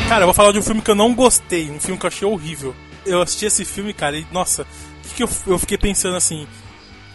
[SPEAKER 4] Cara, eu vou falar de um filme que eu não gostei, um filme que eu achei horrível. Eu assisti esse filme, cara, e nossa, o que, que eu, eu fiquei pensando assim?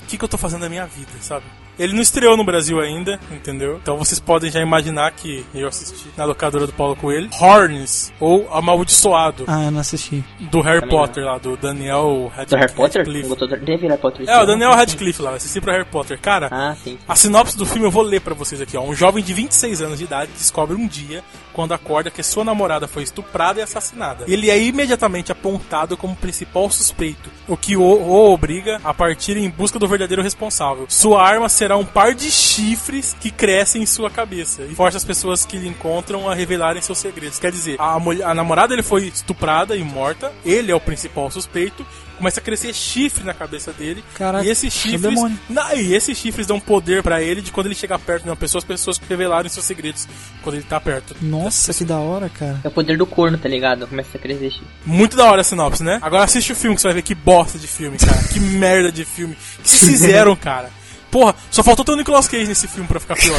[SPEAKER 4] O que, que eu tô fazendo da minha vida, sabe? Ele não estreou no Brasil ainda, entendeu? Então vocês podem já imaginar que eu assisti na locadora do Paulo Coelho. Horns, ou Amaldiçoado,
[SPEAKER 3] Ah, eu não assisti.
[SPEAKER 4] do Harry
[SPEAKER 5] Também não.
[SPEAKER 4] Potter lá, do Daniel Radcliffe.
[SPEAKER 5] Tá Do Harry Potter? Não botou- Teve Harry Potter esse
[SPEAKER 4] É, o
[SPEAKER 5] ano?
[SPEAKER 4] Daniel Radcliffe lá, assisti pro Harry Potter. Cara,
[SPEAKER 5] Ah, sim.
[SPEAKER 4] a sinopse do filme eu vou ler pra vocês aqui, ó. Um jovem de 26 anos de idade descobre um dia, quando acorda, que sua namorada foi estuprada e assassinada. Ele é imediatamente apontado como principal suspeito, o que o, o obriga a partir em busca do verdadeiro responsável. Sua arma será um par de chifres que crescem em sua cabeça e força as pessoas que lhe encontram a revelarem seus segredos. Quer dizer, a, mulher- a namorada ele foi estuprada e morta, ele é o principal suspeito, começa a crescer chifre na cabeça dele
[SPEAKER 3] Caraca,
[SPEAKER 4] e esses
[SPEAKER 3] que
[SPEAKER 4] chifres
[SPEAKER 3] demônio.
[SPEAKER 4] não, e esses chifres dão poder pra ele de quando ele chegar perto de uma pessoa, as pessoas que revelarem seus segredos quando ele tá perto.
[SPEAKER 3] Nossa, que da hora, cara.
[SPEAKER 5] É o poder do corno, tá ligado? Começa a crescer. chifre.
[SPEAKER 4] Muito da hora a sinopse, né? Agora assiste o filme que você vai ver que bosta de filme, cara. que merda de filme. O que vocês fizeram, cara? Porra, só faltou ter o Nicolas Cage nesse filme pra ficar pior.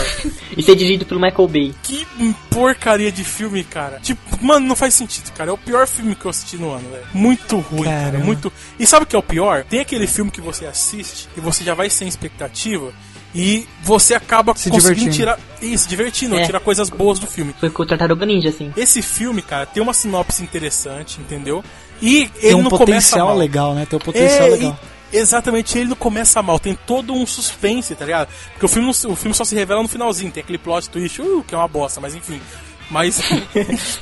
[SPEAKER 5] E ser é dirigido pelo Michael Bay.
[SPEAKER 4] que porcaria de filme, cara. Tipo, mano, não faz sentido, cara. É o pior filme que eu assisti no ano, velho. Muito ruim, cara.
[SPEAKER 3] Caramba.
[SPEAKER 4] Muito. E sabe o que é o pior? Tem aquele filme que você assiste e você já vai sem expectativa e você acaba
[SPEAKER 3] Se
[SPEAKER 4] conseguindo
[SPEAKER 3] divertindo.
[SPEAKER 4] tirar. Isso, divertindo,
[SPEAKER 5] É.
[SPEAKER 4] tirar coisas boas do filme.
[SPEAKER 5] Foi com o Tartaruga Ninja, assim.
[SPEAKER 4] Esse filme, cara, tem uma sinopse interessante, entendeu? E
[SPEAKER 3] Tem
[SPEAKER 4] ele
[SPEAKER 3] um
[SPEAKER 4] não começa
[SPEAKER 3] potencial
[SPEAKER 4] mal.
[SPEAKER 3] legal, né? Tem um potencial
[SPEAKER 4] É,
[SPEAKER 3] legal.
[SPEAKER 4] e- exatamente, ele não começa mal, tem todo um suspense, tá ligado? Porque o filme, não se- o filme só se revela no finalzinho, tem aquele plot twist, uh, que é uma bosta, mas enfim. Mas.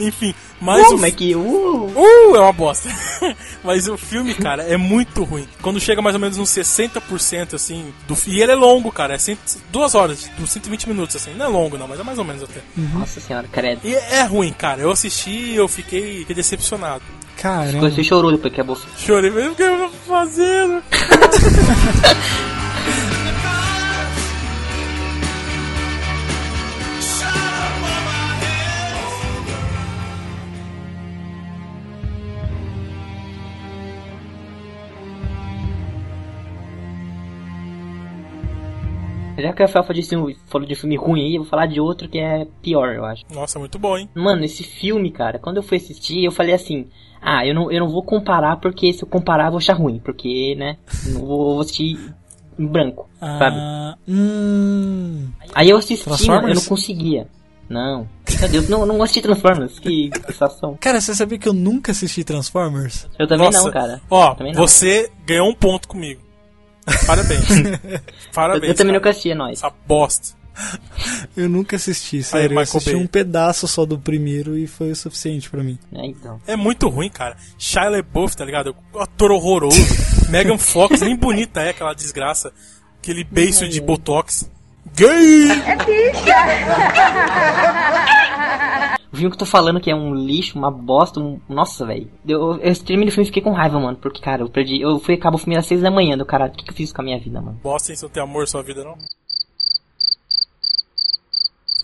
[SPEAKER 4] enfim, mas. o
[SPEAKER 5] Como é
[SPEAKER 4] fi-
[SPEAKER 5] que. Uh!
[SPEAKER 4] Uh, é uma bosta. Mas o filme, cara, é muito ruim. Quando chega mais ou menos uns 60%, assim, do fi- E ele é longo, cara. É cento- duas horas, uns 120 minutos, assim. Não é longo, não, mas é mais ou menos até.
[SPEAKER 5] Nossa senhora, credo.
[SPEAKER 4] E é ruim, cara. Eu assisti e eu fiquei fiquei decepcionado.
[SPEAKER 3] Caramba.
[SPEAKER 5] Você chorou depois que acabou.
[SPEAKER 4] Chorei, mas o que eu tô fazendo?
[SPEAKER 5] Já que a Felfa disse um- falou de filme ruim aí, eu vou falar de outro que é pior, eu acho.
[SPEAKER 4] Nossa, muito bom, hein?
[SPEAKER 5] Mano, esse filme, cara, quando eu fui assistir, eu falei assim: Ah, eu não, eu não vou comparar porque se eu comparar eu vou achar ruim. Porque, né? Não vou, vou assistir em branco, sabe?
[SPEAKER 3] Ah, hum.
[SPEAKER 5] Aí eu assisti, mano, eu
[SPEAKER 3] Transformers?
[SPEAKER 5] não conseguia. Não. Meu Deus, não, não assisti Transformers. Que sensação.
[SPEAKER 3] Cara, você sabia que eu nunca assisti Transformers?
[SPEAKER 5] Eu também
[SPEAKER 4] Nossa,
[SPEAKER 5] não, cara.
[SPEAKER 4] Ó,
[SPEAKER 5] Também não.
[SPEAKER 4] você ganhou um ponto comigo. Parabéns.
[SPEAKER 5] Eu,
[SPEAKER 4] Parabéns.
[SPEAKER 5] eu também nunca
[SPEAKER 4] cara.
[SPEAKER 5] assisti, é nóis.
[SPEAKER 4] Essa bosta.
[SPEAKER 3] Eu nunca assisti, sério. eu
[SPEAKER 4] Michael
[SPEAKER 3] assisti
[SPEAKER 4] Bay.
[SPEAKER 3] um pedaço só do primeiro e foi o suficiente pra mim.
[SPEAKER 5] É, então.
[SPEAKER 4] É muito ruim, cara. Shia LaBeouf, tá ligado? O ator horroroso. Megan Fox, nem bonita é aquela desgraça. Aquele beiço de botox. Gay!
[SPEAKER 13] É bicha!
[SPEAKER 5] O filme que eu tô falando que é um lixo, uma bosta, um... Nossa, velho. Eu, eu terminei o filme e fiquei com raiva, mano. Porque, cara, eu perdi. Eu fui acabar o filme às seis da manhã do cara. O que, que eu fiz com a minha vida, mano?
[SPEAKER 4] Bosta, hein? Você não tem amor na sua vida, não?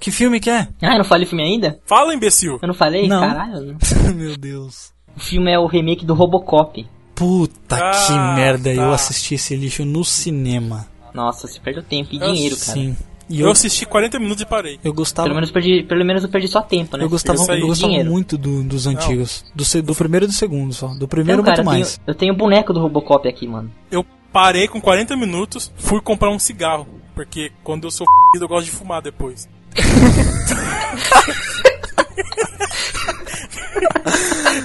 [SPEAKER 3] Que filme que é?
[SPEAKER 5] Ah, eu não falei o filme ainda?
[SPEAKER 4] Fala, imbecil!
[SPEAKER 5] Eu não falei?
[SPEAKER 3] Não.
[SPEAKER 5] Caralho.
[SPEAKER 3] Meu Deus.
[SPEAKER 5] O filme é o remake do Robocop.
[SPEAKER 3] Puta
[SPEAKER 5] Ah,
[SPEAKER 3] que merda,
[SPEAKER 5] tá.
[SPEAKER 3] eu assisti esse lixo no cinema.
[SPEAKER 5] Nossa, você perdeu tempo e dinheiro, cara.
[SPEAKER 3] Ah, Sim. E
[SPEAKER 4] eu...
[SPEAKER 3] eu-
[SPEAKER 4] assisti 40 minutos e parei.
[SPEAKER 3] Eu gostava.
[SPEAKER 5] Pelo menos, perdi, pelo menos eu perdi só tempo, né?
[SPEAKER 3] Eu gostava,
[SPEAKER 5] Perdi
[SPEAKER 3] eu gostava
[SPEAKER 5] dinheiro.
[SPEAKER 3] muito do- dos antigos. Do, se- do primeiro e do segundo só. Do
[SPEAKER 5] Então,
[SPEAKER 3] primeiro,
[SPEAKER 5] cara,
[SPEAKER 3] muito mais.
[SPEAKER 5] Eu tenho, eu tenho o boneco do Robocop aqui, mano.
[SPEAKER 4] Eu parei com 40 minutos, fui comprar um cigarro. Porque quando eu sou f***, eu gosto de fumar depois.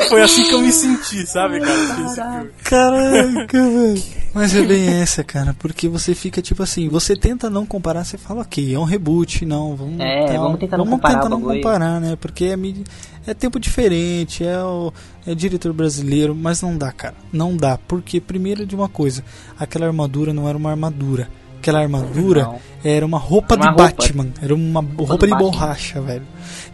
[SPEAKER 4] Foi assim que eu me senti, sabe, cara?
[SPEAKER 3] Caraca, velho. Mas é bem essa, cara. Porque você fica tipo assim, você tenta não comparar, você fala, ok, é um reboot, não, vamos,
[SPEAKER 5] É,
[SPEAKER 3] tal,
[SPEAKER 5] vamos tentar não
[SPEAKER 3] vamos
[SPEAKER 5] comparar
[SPEAKER 3] tentar
[SPEAKER 5] o
[SPEAKER 3] não
[SPEAKER 5] bagulho.
[SPEAKER 3] comparar, né? Porque é, mídia- é tempo diferente, é o é diretor brasileiro, mas não dá, cara. Não dá, porque primeiro é de uma coisa, aquela armadura não era uma armadura. Aquela armadura
[SPEAKER 5] Não.
[SPEAKER 3] era uma roupa
[SPEAKER 5] Uma
[SPEAKER 3] de
[SPEAKER 5] roupa.
[SPEAKER 3] Batman, era uma roupa,
[SPEAKER 5] do
[SPEAKER 3] de
[SPEAKER 5] Batman.
[SPEAKER 3] borracha, velho.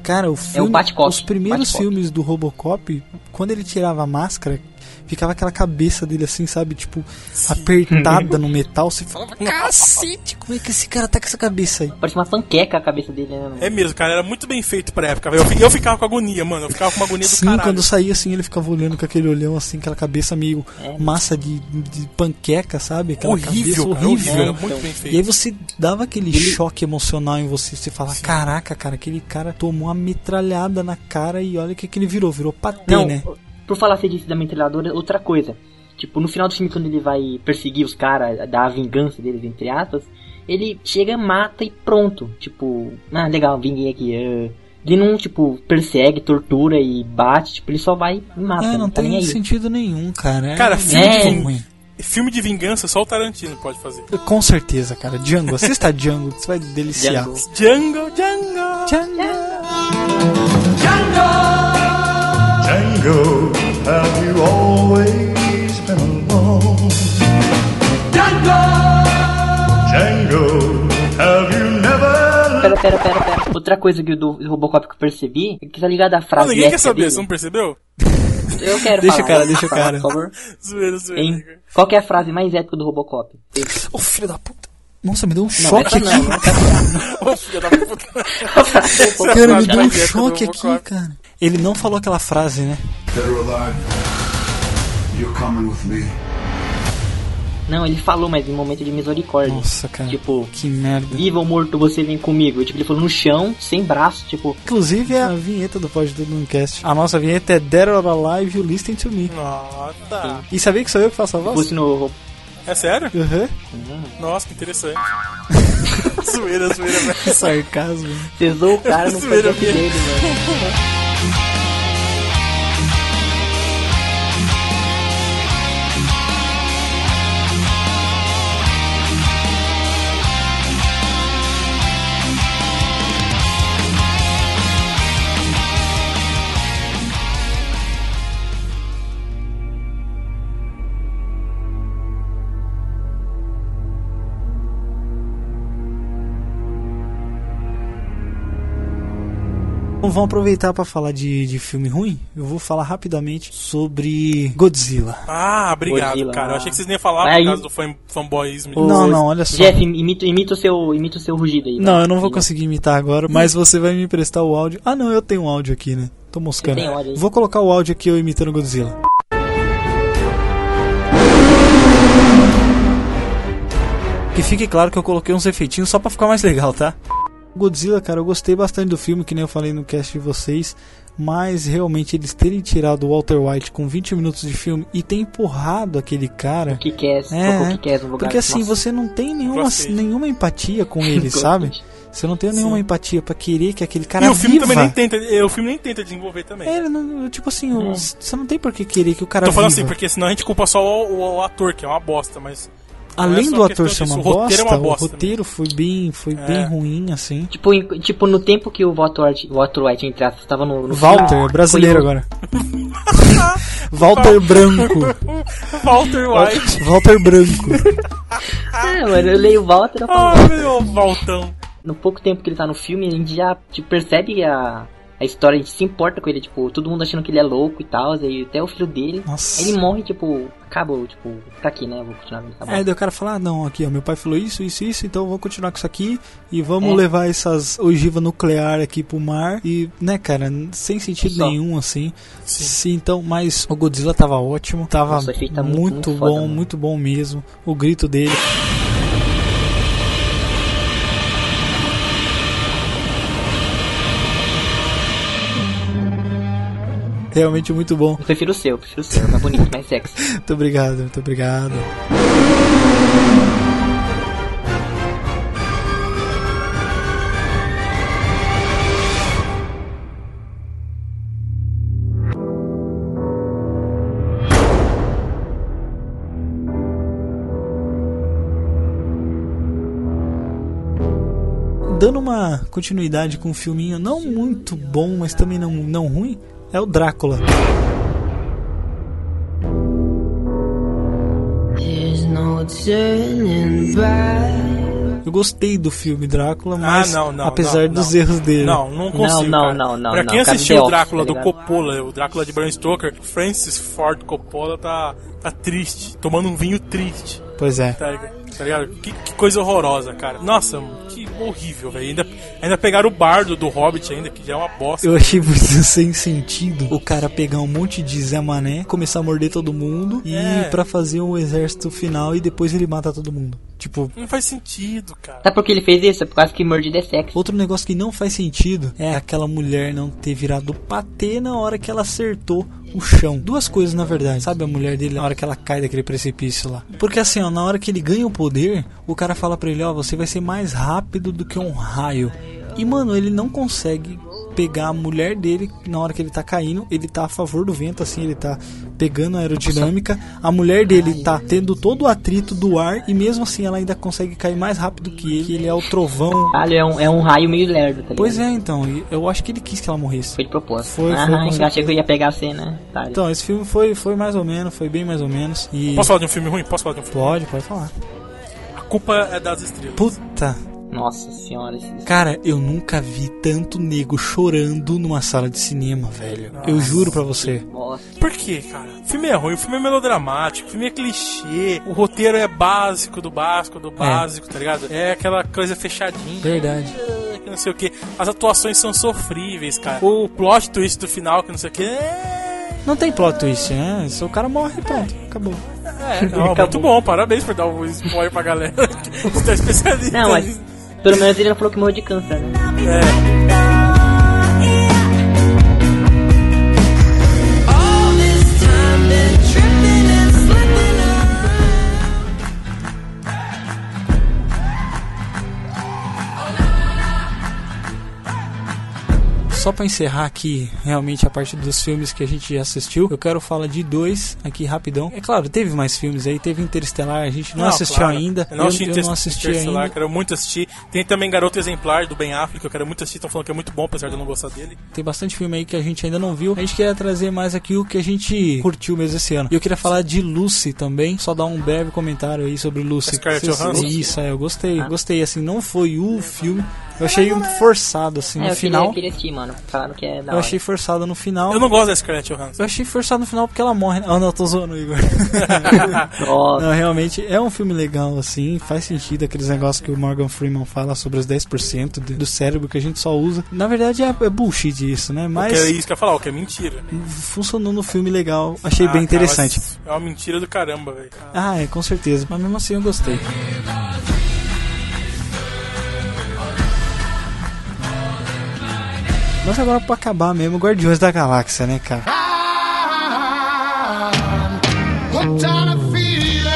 [SPEAKER 3] Cara, o
[SPEAKER 4] É
[SPEAKER 3] filme,
[SPEAKER 5] Batcop,
[SPEAKER 3] os primeiros
[SPEAKER 5] Batcop.
[SPEAKER 3] filmes do Robocop, quando ele tirava a máscara, ficava aquela cabeça dele assim, sabe, tipo apertada no metal, você falava, cacete, como é que esse cara tá com essa cabeça aí?
[SPEAKER 5] Parece uma panqueca a cabeça dele, né? mano?
[SPEAKER 4] É mesmo, cara, era muito bem feito pra época. velho. Eu, fi- eu ficava com agonia, mano. Eu ficava com uma agonia do
[SPEAKER 3] Sim,
[SPEAKER 4] caralho.
[SPEAKER 3] quando saía assim, ele ficava olhando com aquele olhão assim, aquela cabeça meio massa de, de panqueca, sabe? Aquela
[SPEAKER 4] É, Horrível,
[SPEAKER 3] tá cabeça
[SPEAKER 4] cara,
[SPEAKER 3] horrível. É.
[SPEAKER 4] horrível, era muito bem feito.
[SPEAKER 3] E aí você dava aquele choque emocional em você, você fala, caraca, cara, aquele cara tomou uma metralhada na cara e olha o que, que ele virou, virou patê,
[SPEAKER 5] Não,
[SPEAKER 3] né?
[SPEAKER 5] por falar você disse da metralhadora, outra coisa. Tipo, no final do filme, quando ele vai perseguir os caras, dar a vingança deles, entre aspas, ele chega, mata e pronto. Tipo, ah, legal, vinguei aqui. ah. Ele não, tipo, persegue, tortura e bate, tipo, ele só vai e mata.
[SPEAKER 3] É, não
[SPEAKER 5] tá nem
[SPEAKER 3] tem
[SPEAKER 5] aí.
[SPEAKER 3] sentido nenhum, cara. É
[SPEAKER 4] Cara, filme,
[SPEAKER 5] É.
[SPEAKER 4] de ving- filme de vingança só o Tarantino pode fazer.
[SPEAKER 3] Com certeza, cara. Django, assista Django, você vai deliciar.
[SPEAKER 4] Django. Django, Django.
[SPEAKER 14] Django, have you always been alone? Django, have you never
[SPEAKER 5] Pera, pera, pera, pera. Outra coisa que do do Robocop que eu percebi é que tá ligado a frase.
[SPEAKER 4] Não, ninguém quer
[SPEAKER 5] épica
[SPEAKER 4] saber,
[SPEAKER 5] dele?
[SPEAKER 4] você não percebeu?
[SPEAKER 5] Eu quero
[SPEAKER 3] Deixa o
[SPEAKER 5] falar,
[SPEAKER 3] cara, deixa o
[SPEAKER 5] falar,
[SPEAKER 3] cara.
[SPEAKER 5] Por favor.
[SPEAKER 4] Zoeira, zoeira.
[SPEAKER 5] Hein? Qual que é a frase mais épica do Robocop?
[SPEAKER 3] Ô, filho da puta. Nossa, me deu um choque
[SPEAKER 5] essa
[SPEAKER 3] aqui.
[SPEAKER 5] não,
[SPEAKER 4] Ô, filha da puta.
[SPEAKER 3] Cara, me
[SPEAKER 4] Essa
[SPEAKER 3] deu um
[SPEAKER 4] frase é
[SPEAKER 3] choque
[SPEAKER 4] do
[SPEAKER 3] aqui, cara. Ele não falou aquela frase, né?
[SPEAKER 15] Dead or alive, you're coming with me.
[SPEAKER 5] Não, ele falou, mas em momento de misericórdia.
[SPEAKER 3] Nossa, cara.
[SPEAKER 5] Tipo,
[SPEAKER 3] que merda.
[SPEAKER 5] Viva ou morto, você vem comigo. Tipo, ele falou no chão, sem braço, tipo.
[SPEAKER 3] Inclusive é a vinheta do Pod Tudo no Cast. A nossa vinheta é Dead or Alive, You Listen to Me.
[SPEAKER 4] Nossa.
[SPEAKER 3] E sabia que sou eu que faço a voz?
[SPEAKER 5] Fosse no.
[SPEAKER 4] É sério?
[SPEAKER 3] Aham.
[SPEAKER 4] Nossa, que interessante. zoeira, zoeira,
[SPEAKER 3] Que
[SPEAKER 4] velho.
[SPEAKER 3] sarcasmo.
[SPEAKER 5] Cesou o cara no
[SPEAKER 4] Zoeira
[SPEAKER 5] podcast dele, né?
[SPEAKER 4] mesmo.
[SPEAKER 5] mano.
[SPEAKER 3] Então vamos aproveitar pra falar de, de filme ruim. Eu vou falar rapidamente sobre Godzilla.
[SPEAKER 4] Ah, obrigado,
[SPEAKER 5] Godzilla. É
[SPEAKER 4] cara. Eu achei que vocês nem iam falar
[SPEAKER 5] Aí-
[SPEAKER 4] por causa do fan, fanboyismo.
[SPEAKER 3] Não, não, olha só.
[SPEAKER 5] Jeff, imita, imita o seu, imita o seu rugido aí.
[SPEAKER 3] Não, eu não vou conseguir imitar
[SPEAKER 5] Hum.
[SPEAKER 3] agora, mas você vai me emprestar o áudio. Ah, não, eu tenho um áudio aqui, né? Tô moscando.
[SPEAKER 5] Você tem áudio aí?
[SPEAKER 3] Vou colocar o áudio aqui eu imitando Godzilla. Que fique claro que eu coloquei uns efeitinhos só pra ficar mais legal, tá? Godzilla, cara, eu gostei bastante do filme, que nem eu falei no cast de vocês, mas realmente eles terem tirado o Walter White com 20 minutos de filme e ter empurrado aquele cara.
[SPEAKER 5] Que quer,
[SPEAKER 3] É,
[SPEAKER 5] que quer no lugar.
[SPEAKER 3] Porque assim,
[SPEAKER 5] Nossa.
[SPEAKER 3] você não tem nenhuma,
[SPEAKER 4] Gostei.
[SPEAKER 3] nenhuma empatia com ele,
[SPEAKER 5] Gostei.
[SPEAKER 3] sabe? Você não tem nenhuma
[SPEAKER 4] Sim.
[SPEAKER 3] empatia pra querer que aquele cara
[SPEAKER 4] e o filme
[SPEAKER 3] viva.
[SPEAKER 4] também nem tenta, eh, o filme nem tenta desenvolver também.
[SPEAKER 3] É, ele é não- tipo assim, o- você não tem por que querer que o cara
[SPEAKER 4] Tô falando
[SPEAKER 3] viva.
[SPEAKER 4] assim, porque senão a gente culpa só o, o- o ator, que é uma bosta, mas. não é
[SPEAKER 3] Além
[SPEAKER 4] só
[SPEAKER 3] do
[SPEAKER 4] questão
[SPEAKER 3] ator ser
[SPEAKER 4] disso,
[SPEAKER 3] uma
[SPEAKER 4] o roteiro
[SPEAKER 3] bosta,
[SPEAKER 4] é uma
[SPEAKER 3] o
[SPEAKER 4] bosta. É.
[SPEAKER 3] roteiro foi bem, foi bem ruim, assim.
[SPEAKER 5] Tipo, em- tipo, no tempo que o Walter White, Walter White entre aspas, tava no, no
[SPEAKER 3] Walter,
[SPEAKER 5] filme,
[SPEAKER 3] é brasileiro
[SPEAKER 5] foi o-
[SPEAKER 3] agora. Walter Branco.
[SPEAKER 4] Walter White.
[SPEAKER 3] Walter Branco.
[SPEAKER 5] É, mano, eu leio o Walter e eu
[SPEAKER 4] Ah,
[SPEAKER 5] falo.
[SPEAKER 4] meu Valtão.
[SPEAKER 5] No pouco tempo que ele tá no filme, a gente já tipo, percebe a, a história, a gente se importa com ele, tipo, todo mundo achando que ele é louco e tal, aí até o filho dele.
[SPEAKER 3] Nossa.
[SPEAKER 5] Ele morre, tipo, acabou, tipo, tá aqui, né? Vou continuar vendo, acabou.
[SPEAKER 3] Aí daí o cara fala, ah, não, aqui, ó, meu pai falou isso, isso, isso, então vamos continuar com isso aqui e vamos
[SPEAKER 5] É.
[SPEAKER 3] levar essas ogivas nuclear aqui pro mar. E, né, cara, n- sem sentido
[SPEAKER 5] Só.
[SPEAKER 3] nenhum, assim. Sim. então, mas o Godzilla tava ótimo, tava
[SPEAKER 5] Nossa, o efeito tá
[SPEAKER 3] muito,
[SPEAKER 5] muito, muito foda,
[SPEAKER 3] bom,
[SPEAKER 5] mano.
[SPEAKER 3] muito bom mesmo. O grito dele. Realmente muito bom.
[SPEAKER 5] Eu prefiro o seu, eu prefiro o seu, é mais bonito, mais sexy.
[SPEAKER 3] Muito obrigado, muito obrigado. Dando uma continuidade com um filminho não muito bom, mas também não, não ruim, é o Drácula.
[SPEAKER 8] There's no turning back.
[SPEAKER 3] Eu gostei do filme Drácula, mas
[SPEAKER 4] Ah, não, não,
[SPEAKER 3] apesar
[SPEAKER 4] não,
[SPEAKER 3] dos
[SPEAKER 4] não.
[SPEAKER 3] erros dele.
[SPEAKER 4] Não, não consigo.
[SPEAKER 5] não,
[SPEAKER 4] cara.
[SPEAKER 5] não, não,
[SPEAKER 4] Pra
[SPEAKER 5] não.
[SPEAKER 4] quem
[SPEAKER 5] Cara,
[SPEAKER 4] assistiu
[SPEAKER 5] The
[SPEAKER 4] o
[SPEAKER 5] Office,
[SPEAKER 4] Drácula
[SPEAKER 5] tá
[SPEAKER 4] do
[SPEAKER 5] ligado?
[SPEAKER 4] Coppola, o Drácula de Bram Stoker, Francis Ford Coppola tá, tá triste, tomando um vinho triste.
[SPEAKER 3] Pois é.
[SPEAKER 4] Tá, tá ligado? Que, que coisa horrorosa, cara. Nossa, que horrível, velho. Ainda, ainda pegaram o bardo do Hobbit, ainda, que já é uma bosta.
[SPEAKER 3] Eu achei muito sem sentido o cara pegar um monte de Zé Mané, começar a morder todo mundo e
[SPEAKER 4] É.
[SPEAKER 3] pra fazer o exército final e depois ele mata todo mundo. Tipo,
[SPEAKER 4] Não faz sentido, cara.
[SPEAKER 5] Sabe por que ele fez isso? É por causa que mordida é sexy.
[SPEAKER 3] outro negócio que não faz sentido é aquela mulher não ter virado patê na hora que ela acertou o chão. Duas coisas na verdade. Sabe a mulher dele na hora que ela cai daquele precipício lá? Porque assim, ó, na hora que ele ganha o poder, o cara fala pra ele, ó, você vai ser mais rápido do que um raio. E mano, ele não consegue pegar a mulher dele na hora que ele tá caindo, ele tá a favor do vento, assim, ele tá pegando a aerodinâmica. A mulher dele tá tendo todo o atrito do ar e mesmo assim ela ainda consegue cair mais rápido que ele. que Ele é o trovão.
[SPEAKER 5] Caralho, é um, é um raio meio lerdo, tá ligado?
[SPEAKER 3] Pois é, então, e eu acho que ele quis que ela morresse.
[SPEAKER 5] Foi de propósito.
[SPEAKER 3] Foi, foi,
[SPEAKER 5] ah,
[SPEAKER 3] com
[SPEAKER 5] eu
[SPEAKER 3] certeza.
[SPEAKER 5] achei que eu ia pegar a cena. Tá,
[SPEAKER 3] Então, esse filme foi, foi mais ou menos, foi bem mais ou menos. E
[SPEAKER 4] Posso falar de um filme ruim? Posso falar de um filme?
[SPEAKER 3] Pode, pode falar.
[SPEAKER 4] A culpa é das estrelas.
[SPEAKER 3] Puta,
[SPEAKER 5] Nossa senhora, esses...
[SPEAKER 3] cara, eu nunca vi tanto nego chorando numa sala de cinema, velho. Eu juro pra você.
[SPEAKER 5] Nossa.
[SPEAKER 4] Por quê, cara? O filme é ruim, o filme é melodramático, o filme é clichê, o roteiro é básico do básico do básico, tá ligado? É aquela coisa fechadinha.
[SPEAKER 3] Verdade.
[SPEAKER 4] que não sei o que. As atuações são sofríveis, cara. O plot twist do final, que não sei o que. É,
[SPEAKER 3] Não tem plot twist, né? Se o cara morre, pronto, acabou.
[SPEAKER 4] é, ó, muito bom, parabéns por dar um spoiler pra galera. Você tá especialista.
[SPEAKER 3] Então,
[SPEAKER 5] Não, mas
[SPEAKER 4] nisso.
[SPEAKER 5] pelo menos ele não falou que morreu de câncer, né?
[SPEAKER 4] É,
[SPEAKER 8] All this time been tripping and slipping
[SPEAKER 3] Só pra encerrar aqui, realmente, a parte dos filmes que a gente já assistiu, eu quero falar de dois aqui rapidão. É claro, teve mais filmes aí, teve Interestelar, a gente não, assistiu
[SPEAKER 4] claro.
[SPEAKER 3] ainda.
[SPEAKER 4] Eu não assisti,
[SPEAKER 3] eu
[SPEAKER 4] Inter-
[SPEAKER 3] não assisti
[SPEAKER 4] Interestelar,
[SPEAKER 3] ainda.
[SPEAKER 4] quero muito assistir. Tem também Garoto Exemplar do Ben Affleck, que eu quero muito assistir. Estão falando que é muito bom, apesar de eu não gostar dele.
[SPEAKER 3] Tem bastante filme aí que a gente ainda não viu. A gente queria trazer mais aqui o que a gente curtiu mesmo esse ano. E eu queria falar de Lucy também. Só dar um breve comentário aí sobre Lucy.
[SPEAKER 4] Scarlett
[SPEAKER 3] Vocês-
[SPEAKER 4] Johansson?
[SPEAKER 3] Isso, é, eu gostei. Gostei, assim, não foi o filme. Eu achei forçado, assim,
[SPEAKER 5] Ah. é,
[SPEAKER 3] no
[SPEAKER 5] eu
[SPEAKER 3] final.
[SPEAKER 5] queria, eu queria assistir, mano. Falaram que é da
[SPEAKER 3] Eu
[SPEAKER 5] hora.
[SPEAKER 3] achei forçado no final.
[SPEAKER 4] Eu não gosto da Scarlett Johansson.
[SPEAKER 3] Eu achei forçado no final porque ela morre. Ah, não, eu tô zoando, Igor.
[SPEAKER 5] Nossa.
[SPEAKER 3] Não, realmente é um filme legal, assim. Faz sentido aqueles negócios que o Morgan Freeman fala sobre os 10% do do cérebro que a gente só usa. Na verdade, é, é bullshit isso, né?
[SPEAKER 4] Que é
[SPEAKER 3] Mas
[SPEAKER 4] isso que eu ia falar, o que é mentira.
[SPEAKER 3] funcionou no filme legal. Achei
[SPEAKER 4] Ah,
[SPEAKER 3] bem
[SPEAKER 4] cara,
[SPEAKER 3] interessante.
[SPEAKER 4] mas é uma mentira do caramba, velho.
[SPEAKER 3] Ah, é, com certeza. Mas mesmo assim eu gostei. Mas agora pra acabar mesmo, Guardiões da Galáxia, né, cara?
[SPEAKER 14] Hooked on a feeling.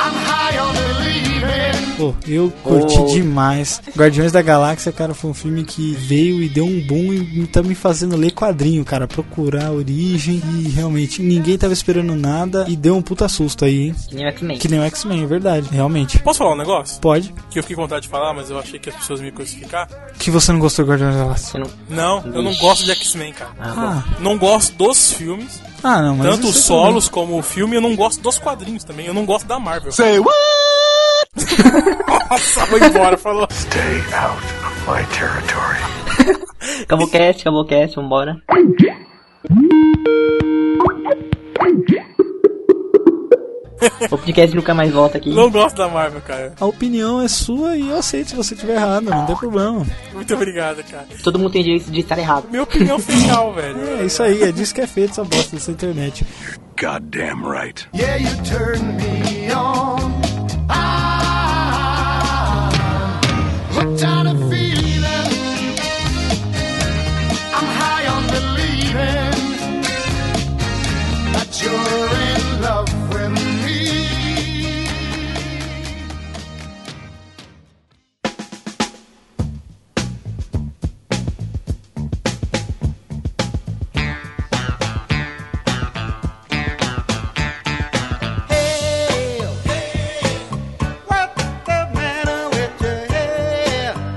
[SPEAKER 14] I'm high on believing.
[SPEAKER 3] Pô, eu curti demais. Guardiões da Galáxia, cara, foi um filme que veio e deu um boom e tá me fazendo ler quadrinho, cara. Procurar a origem e realmente ninguém tava esperando nada e deu um puta susto aí, hein?
[SPEAKER 5] Que nem o X-Men.
[SPEAKER 3] Que nem o X-Men, é verdade, realmente.
[SPEAKER 4] Posso falar um negócio?
[SPEAKER 3] Pode.
[SPEAKER 4] Que eu fiquei com vontade de falar, mas eu achei que as pessoas me crucificar.
[SPEAKER 3] Que você não gostou do Guardiões da Galáxia?
[SPEAKER 4] Não, eu não
[SPEAKER 3] Ixi.
[SPEAKER 4] gosto de X-Men, cara.
[SPEAKER 3] Ah,
[SPEAKER 4] Não gosto dos filmes.
[SPEAKER 3] Ah, não, mas
[SPEAKER 4] Tanto
[SPEAKER 3] isso
[SPEAKER 4] os
[SPEAKER 3] é
[SPEAKER 4] solos como o filme, eu não gosto dos quadrinhos também. Eu não gosto da Marvel.
[SPEAKER 15] Say what?
[SPEAKER 4] Nossa, foi embora, falou.
[SPEAKER 15] Stay out of my territory.
[SPEAKER 5] Acabou o cast, acabou o cast, vambora. O podcast nunca mais volta aqui.
[SPEAKER 4] Não gosto da Marvel, cara.
[SPEAKER 3] A opinião é sua e eu aceito se você tiver errado, não tem problema.
[SPEAKER 4] Muito obrigado, cara.
[SPEAKER 5] Todo mundo tem direito de estar errado.
[SPEAKER 4] Minha opinião final, velho.
[SPEAKER 3] É isso aí, é disso que é feito essa bosta dessa internet.
[SPEAKER 15] Goddamn right.
[SPEAKER 14] Yeah, you turn me on. Ah, I'm hooked on a feeling. I'm high on believing that you're in love with me.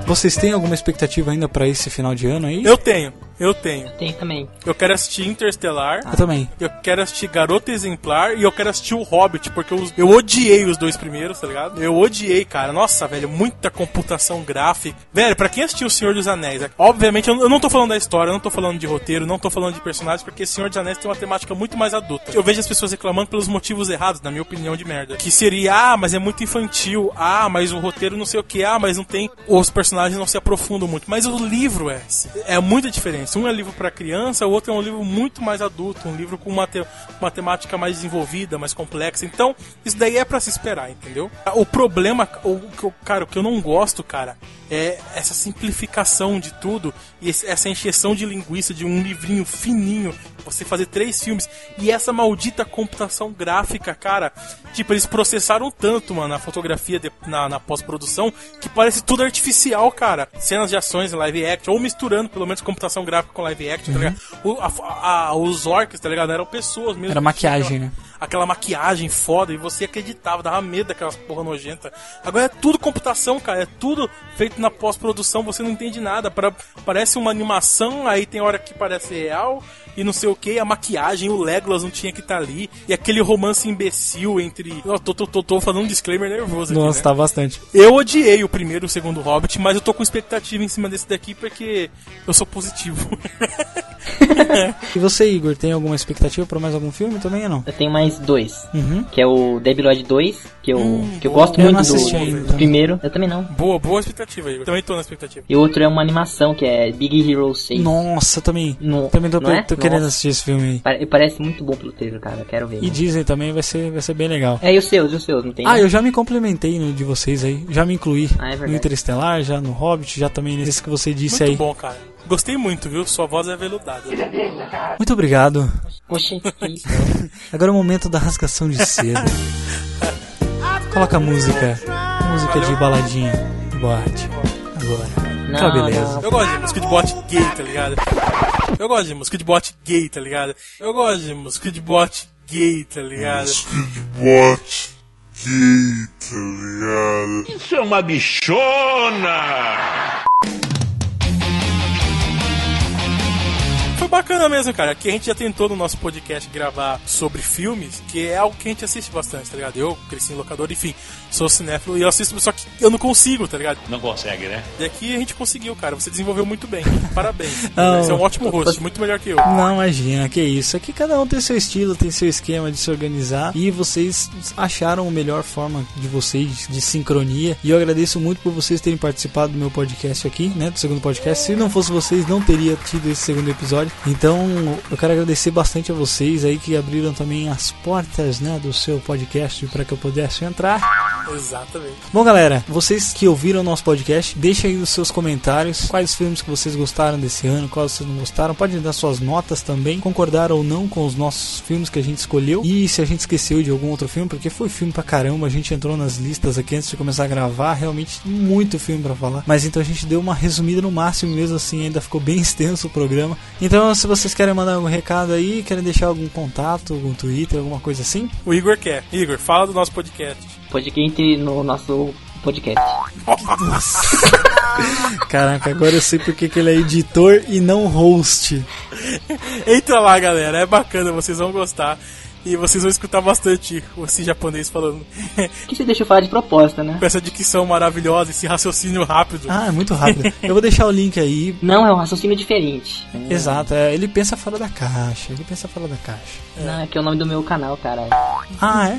[SPEAKER 3] Vocês têm alguma expectativa ainda pra esse final de ano aí?
[SPEAKER 4] Eu tenho, eu tenho.
[SPEAKER 5] Tem também.
[SPEAKER 4] Eu quero assistir Interstellar.
[SPEAKER 3] Eu também.
[SPEAKER 4] Eu quero assistir Garota Exemplar e eu quero assistir o Hobbit, porque eu, eu odiei os dois primeiros, tá ligado? Eu odiei, cara. Nossa, velho, muita computação gráfica. Velho, pra quem assistiu O Senhor dos Anéis, é- obviamente eu, eu não tô falando da história, eu não tô falando de roteiro, não tô falando de personagens, porque Senhor dos Anéis tem uma temática muito mais adulta. Eu vejo as pessoas reclamando pelos motivos errados, na minha opinião de merda. Que seria, ah, mas é muito infantil, ah, mas o roteiro não sei o que, ah, mas não tem. Os personagens não se aprofundam muito. Mas o livro é. É muita diferença. Um é livro pra criança, o outro é um livro muito mais adulto, um livro com uma, te- uma temática mais desenvolvida, mais complexa. Então, isso daí é pra se esperar, entendeu? O problema, o que eu- cara, o que eu não gosto, cara, é essa simplificação de tudo e esse- essa encheção de linguiça de um livrinho fininho. Você fazer três filmes e essa maldita computação gráfica, cara. Tipo, eles processaram tanto, mano, a fotografia de- na, na pós-produção que parece tudo artificial, cara. Cenas de ações em live action, ou misturando pelo menos computação gráfica com live action,
[SPEAKER 3] Uhum.
[SPEAKER 4] tá ligado? O- a- a- os orcs, tá ligado? Eram pessoas mesmo.
[SPEAKER 3] Era maquiagem, né?
[SPEAKER 4] Aquela maquiagem foda e você acreditava, dava medo daquelas porra nojenta. Agora é tudo computação, cara, é tudo feito na pós-produção, você não entende nada. pra- parece uma animação, aí tem hora que parece real e não sei o que. A maquiagem, o Legolas não tinha que estar ali. E aquele romance imbecil entre. Eu tô, tô, tô, tô falando um disclaimer nervoso aqui.
[SPEAKER 3] Nossa,
[SPEAKER 4] né?
[SPEAKER 3] tá bastante.
[SPEAKER 4] Eu odiei o primeiro e o segundo Hobbit, mas eu tô com expectativa em cima desse daqui porque eu sou positivo.
[SPEAKER 3] E você, Igor, tem alguma expectativa pra mais algum filme também ou não?
[SPEAKER 5] Eu tenho mais dois.
[SPEAKER 3] Uhum. Hum,
[SPEAKER 5] Que é o Debi Lloyd 2, que eu, que eu
[SPEAKER 4] boa.
[SPEAKER 5] gosto
[SPEAKER 3] Eu
[SPEAKER 5] muito
[SPEAKER 3] não assisti
[SPEAKER 5] do,
[SPEAKER 3] ainda.
[SPEAKER 5] do primeiro. Eu também não.
[SPEAKER 4] boa, boa expectativa, Igor. Também tô na expectativa.
[SPEAKER 5] E o outro é uma animação, que é Big Hero 6.
[SPEAKER 3] Nossa, também.
[SPEAKER 5] No-
[SPEAKER 3] Também tô,
[SPEAKER 5] não é?
[SPEAKER 3] tô querendo
[SPEAKER 5] Nossa.
[SPEAKER 3] assistir esse filme
[SPEAKER 5] Pare- Parece muito bom pelo trailer, cara. Quero ver.
[SPEAKER 3] aí. E Disney também vai ser, vai ser bem legal.
[SPEAKER 5] É, e os seus, e os seus, não tem?
[SPEAKER 3] Ah,
[SPEAKER 5] né?
[SPEAKER 3] eu já me complementei no de vocês aí. Já me incluí
[SPEAKER 5] Ah, é verdade.
[SPEAKER 3] no Interestelar, já no Hobbit, já também nesse que você disse
[SPEAKER 4] muito
[SPEAKER 3] aí.
[SPEAKER 4] bom, cara. Gostei muito, viu? Sua voz é veludada.
[SPEAKER 3] Muito obrigado.
[SPEAKER 5] Poxa, que isso.
[SPEAKER 3] Agora é o momento da rasgação de seda. Coloca a música. Música de baladinha. Boate. Agora. Tá beleza.
[SPEAKER 4] Eu gosto de música de bot gay, tá ligado? Eu gosto de música de bot gay, tá ligado? Eu gosto de música de bot gay, tá ligado?
[SPEAKER 16] Watch gay, tá ligado? Isso é uma bichona!
[SPEAKER 4] Foi bacana mesmo, cara. Que a gente já tentou no nosso podcast gravar sobre filmes, que é algo que a gente assiste bastante, tá ligado? Eu cresci em locador, enfim, sou cinéfilo e eu assisto, só que eu não consigo, tá ligado?
[SPEAKER 16] Não consegue, né?
[SPEAKER 4] E aqui a gente conseguiu, cara. Você desenvolveu muito bem. Parabéns.
[SPEAKER 3] Não.
[SPEAKER 4] Você é um ótimo host, muito melhor que eu.
[SPEAKER 3] Não, imagina, que isso. Aqui cada um tem seu estilo, tem seu esquema de se organizar e vocês acharam a melhor forma de vocês, de sincronia. E eu agradeço muito por vocês terem participado do meu podcast aqui, né? Do segundo podcast. Se não fosse vocês, não teria tido esse segundo episódio. Então, eu quero agradecer bastante a vocês aí que abriram também as portas, né? Do seu podcast para que eu pudesse entrar.
[SPEAKER 4] Exatamente.
[SPEAKER 3] Bom, galera, vocês que ouviram o nosso podcast, deixem aí os seus comentários. Quais filmes que vocês gostaram desse ano, quais vocês não gostaram. Pode dar suas notas também, concordar ou não com os nossos filmes que a gente escolheu. E se a gente esqueceu de algum outro filme, porque foi filme pra caramba, a gente entrou nas listas aqui antes de começar a gravar, realmente muito filme pra falar. Mas então a gente deu uma resumida no máximo, mesmo assim ainda ficou bem extenso o programa. Então, se vocês querem mandar algum recado aí, querem deixar algum contato, algum Twitter, alguma coisa assim,
[SPEAKER 4] O Igor quer. Igor, fala do nosso podcast.
[SPEAKER 5] Podcast no nosso podcast.
[SPEAKER 3] Caraca, agora eu sei porque que ele é editor e não host.
[SPEAKER 4] Entra lá, galera. É bacana, vocês vão gostar. E vocês vão escutar bastante esse japonês falando.
[SPEAKER 5] que você deixa eu falar de proposta, né?
[SPEAKER 4] Com essa dicção maravilhosa, esse raciocínio rápido.
[SPEAKER 3] Ah, é muito rápido. Eu vou deixar o link aí.
[SPEAKER 5] Não, é um raciocínio diferente.
[SPEAKER 3] Exato, é, ele pensa fora da caixa. Ele pensa fora da caixa.
[SPEAKER 5] Não, é que é o nome do meu canal, cara.
[SPEAKER 3] Ah, é?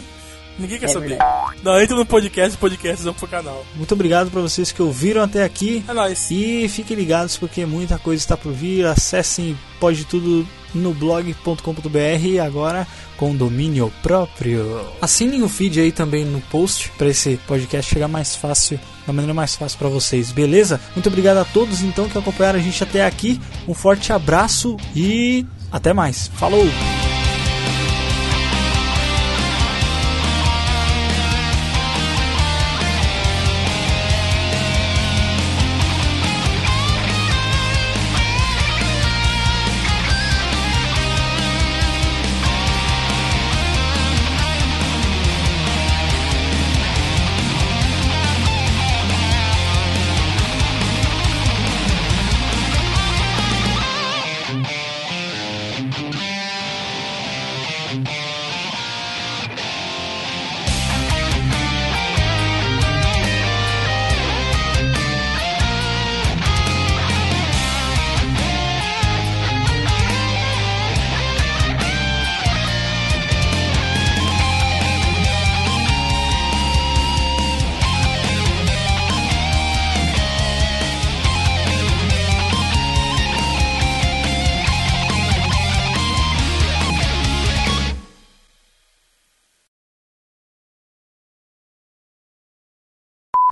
[SPEAKER 4] Ninguém quer
[SPEAKER 5] É
[SPEAKER 4] saber. Não, entra no podcast, podcast vão pro canal.
[SPEAKER 3] Muito obrigado pra vocês que ouviram até aqui.
[SPEAKER 4] É nóis.
[SPEAKER 3] E fiquem ligados porque muita coisa está por vir. Acessem pode tudo no blog.com.br e agora com domínio próprio. Assinem o feed aí também no post para esse podcast chegar mais fácil, da maneira mais fácil para vocês, beleza? Muito obrigado a todos então que acompanharam a gente até aqui. Um forte abraço e até mais. Falou.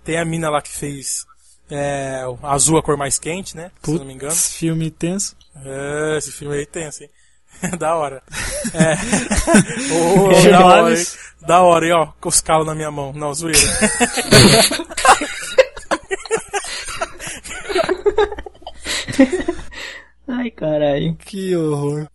[SPEAKER 4] Tem a mina lá que fez é, o azul a cor mais quente, né? Se eu não me engano.
[SPEAKER 3] Putz, filme tenso.
[SPEAKER 4] É, esse filme aí tem, assim. da hora. É. Ô,
[SPEAKER 3] Jornais.
[SPEAKER 4] da hora, hein? Da hora, hein, ó. Com os calos na minha mão. Não, zoeira.
[SPEAKER 5] Ai, caralho.
[SPEAKER 3] Que horror.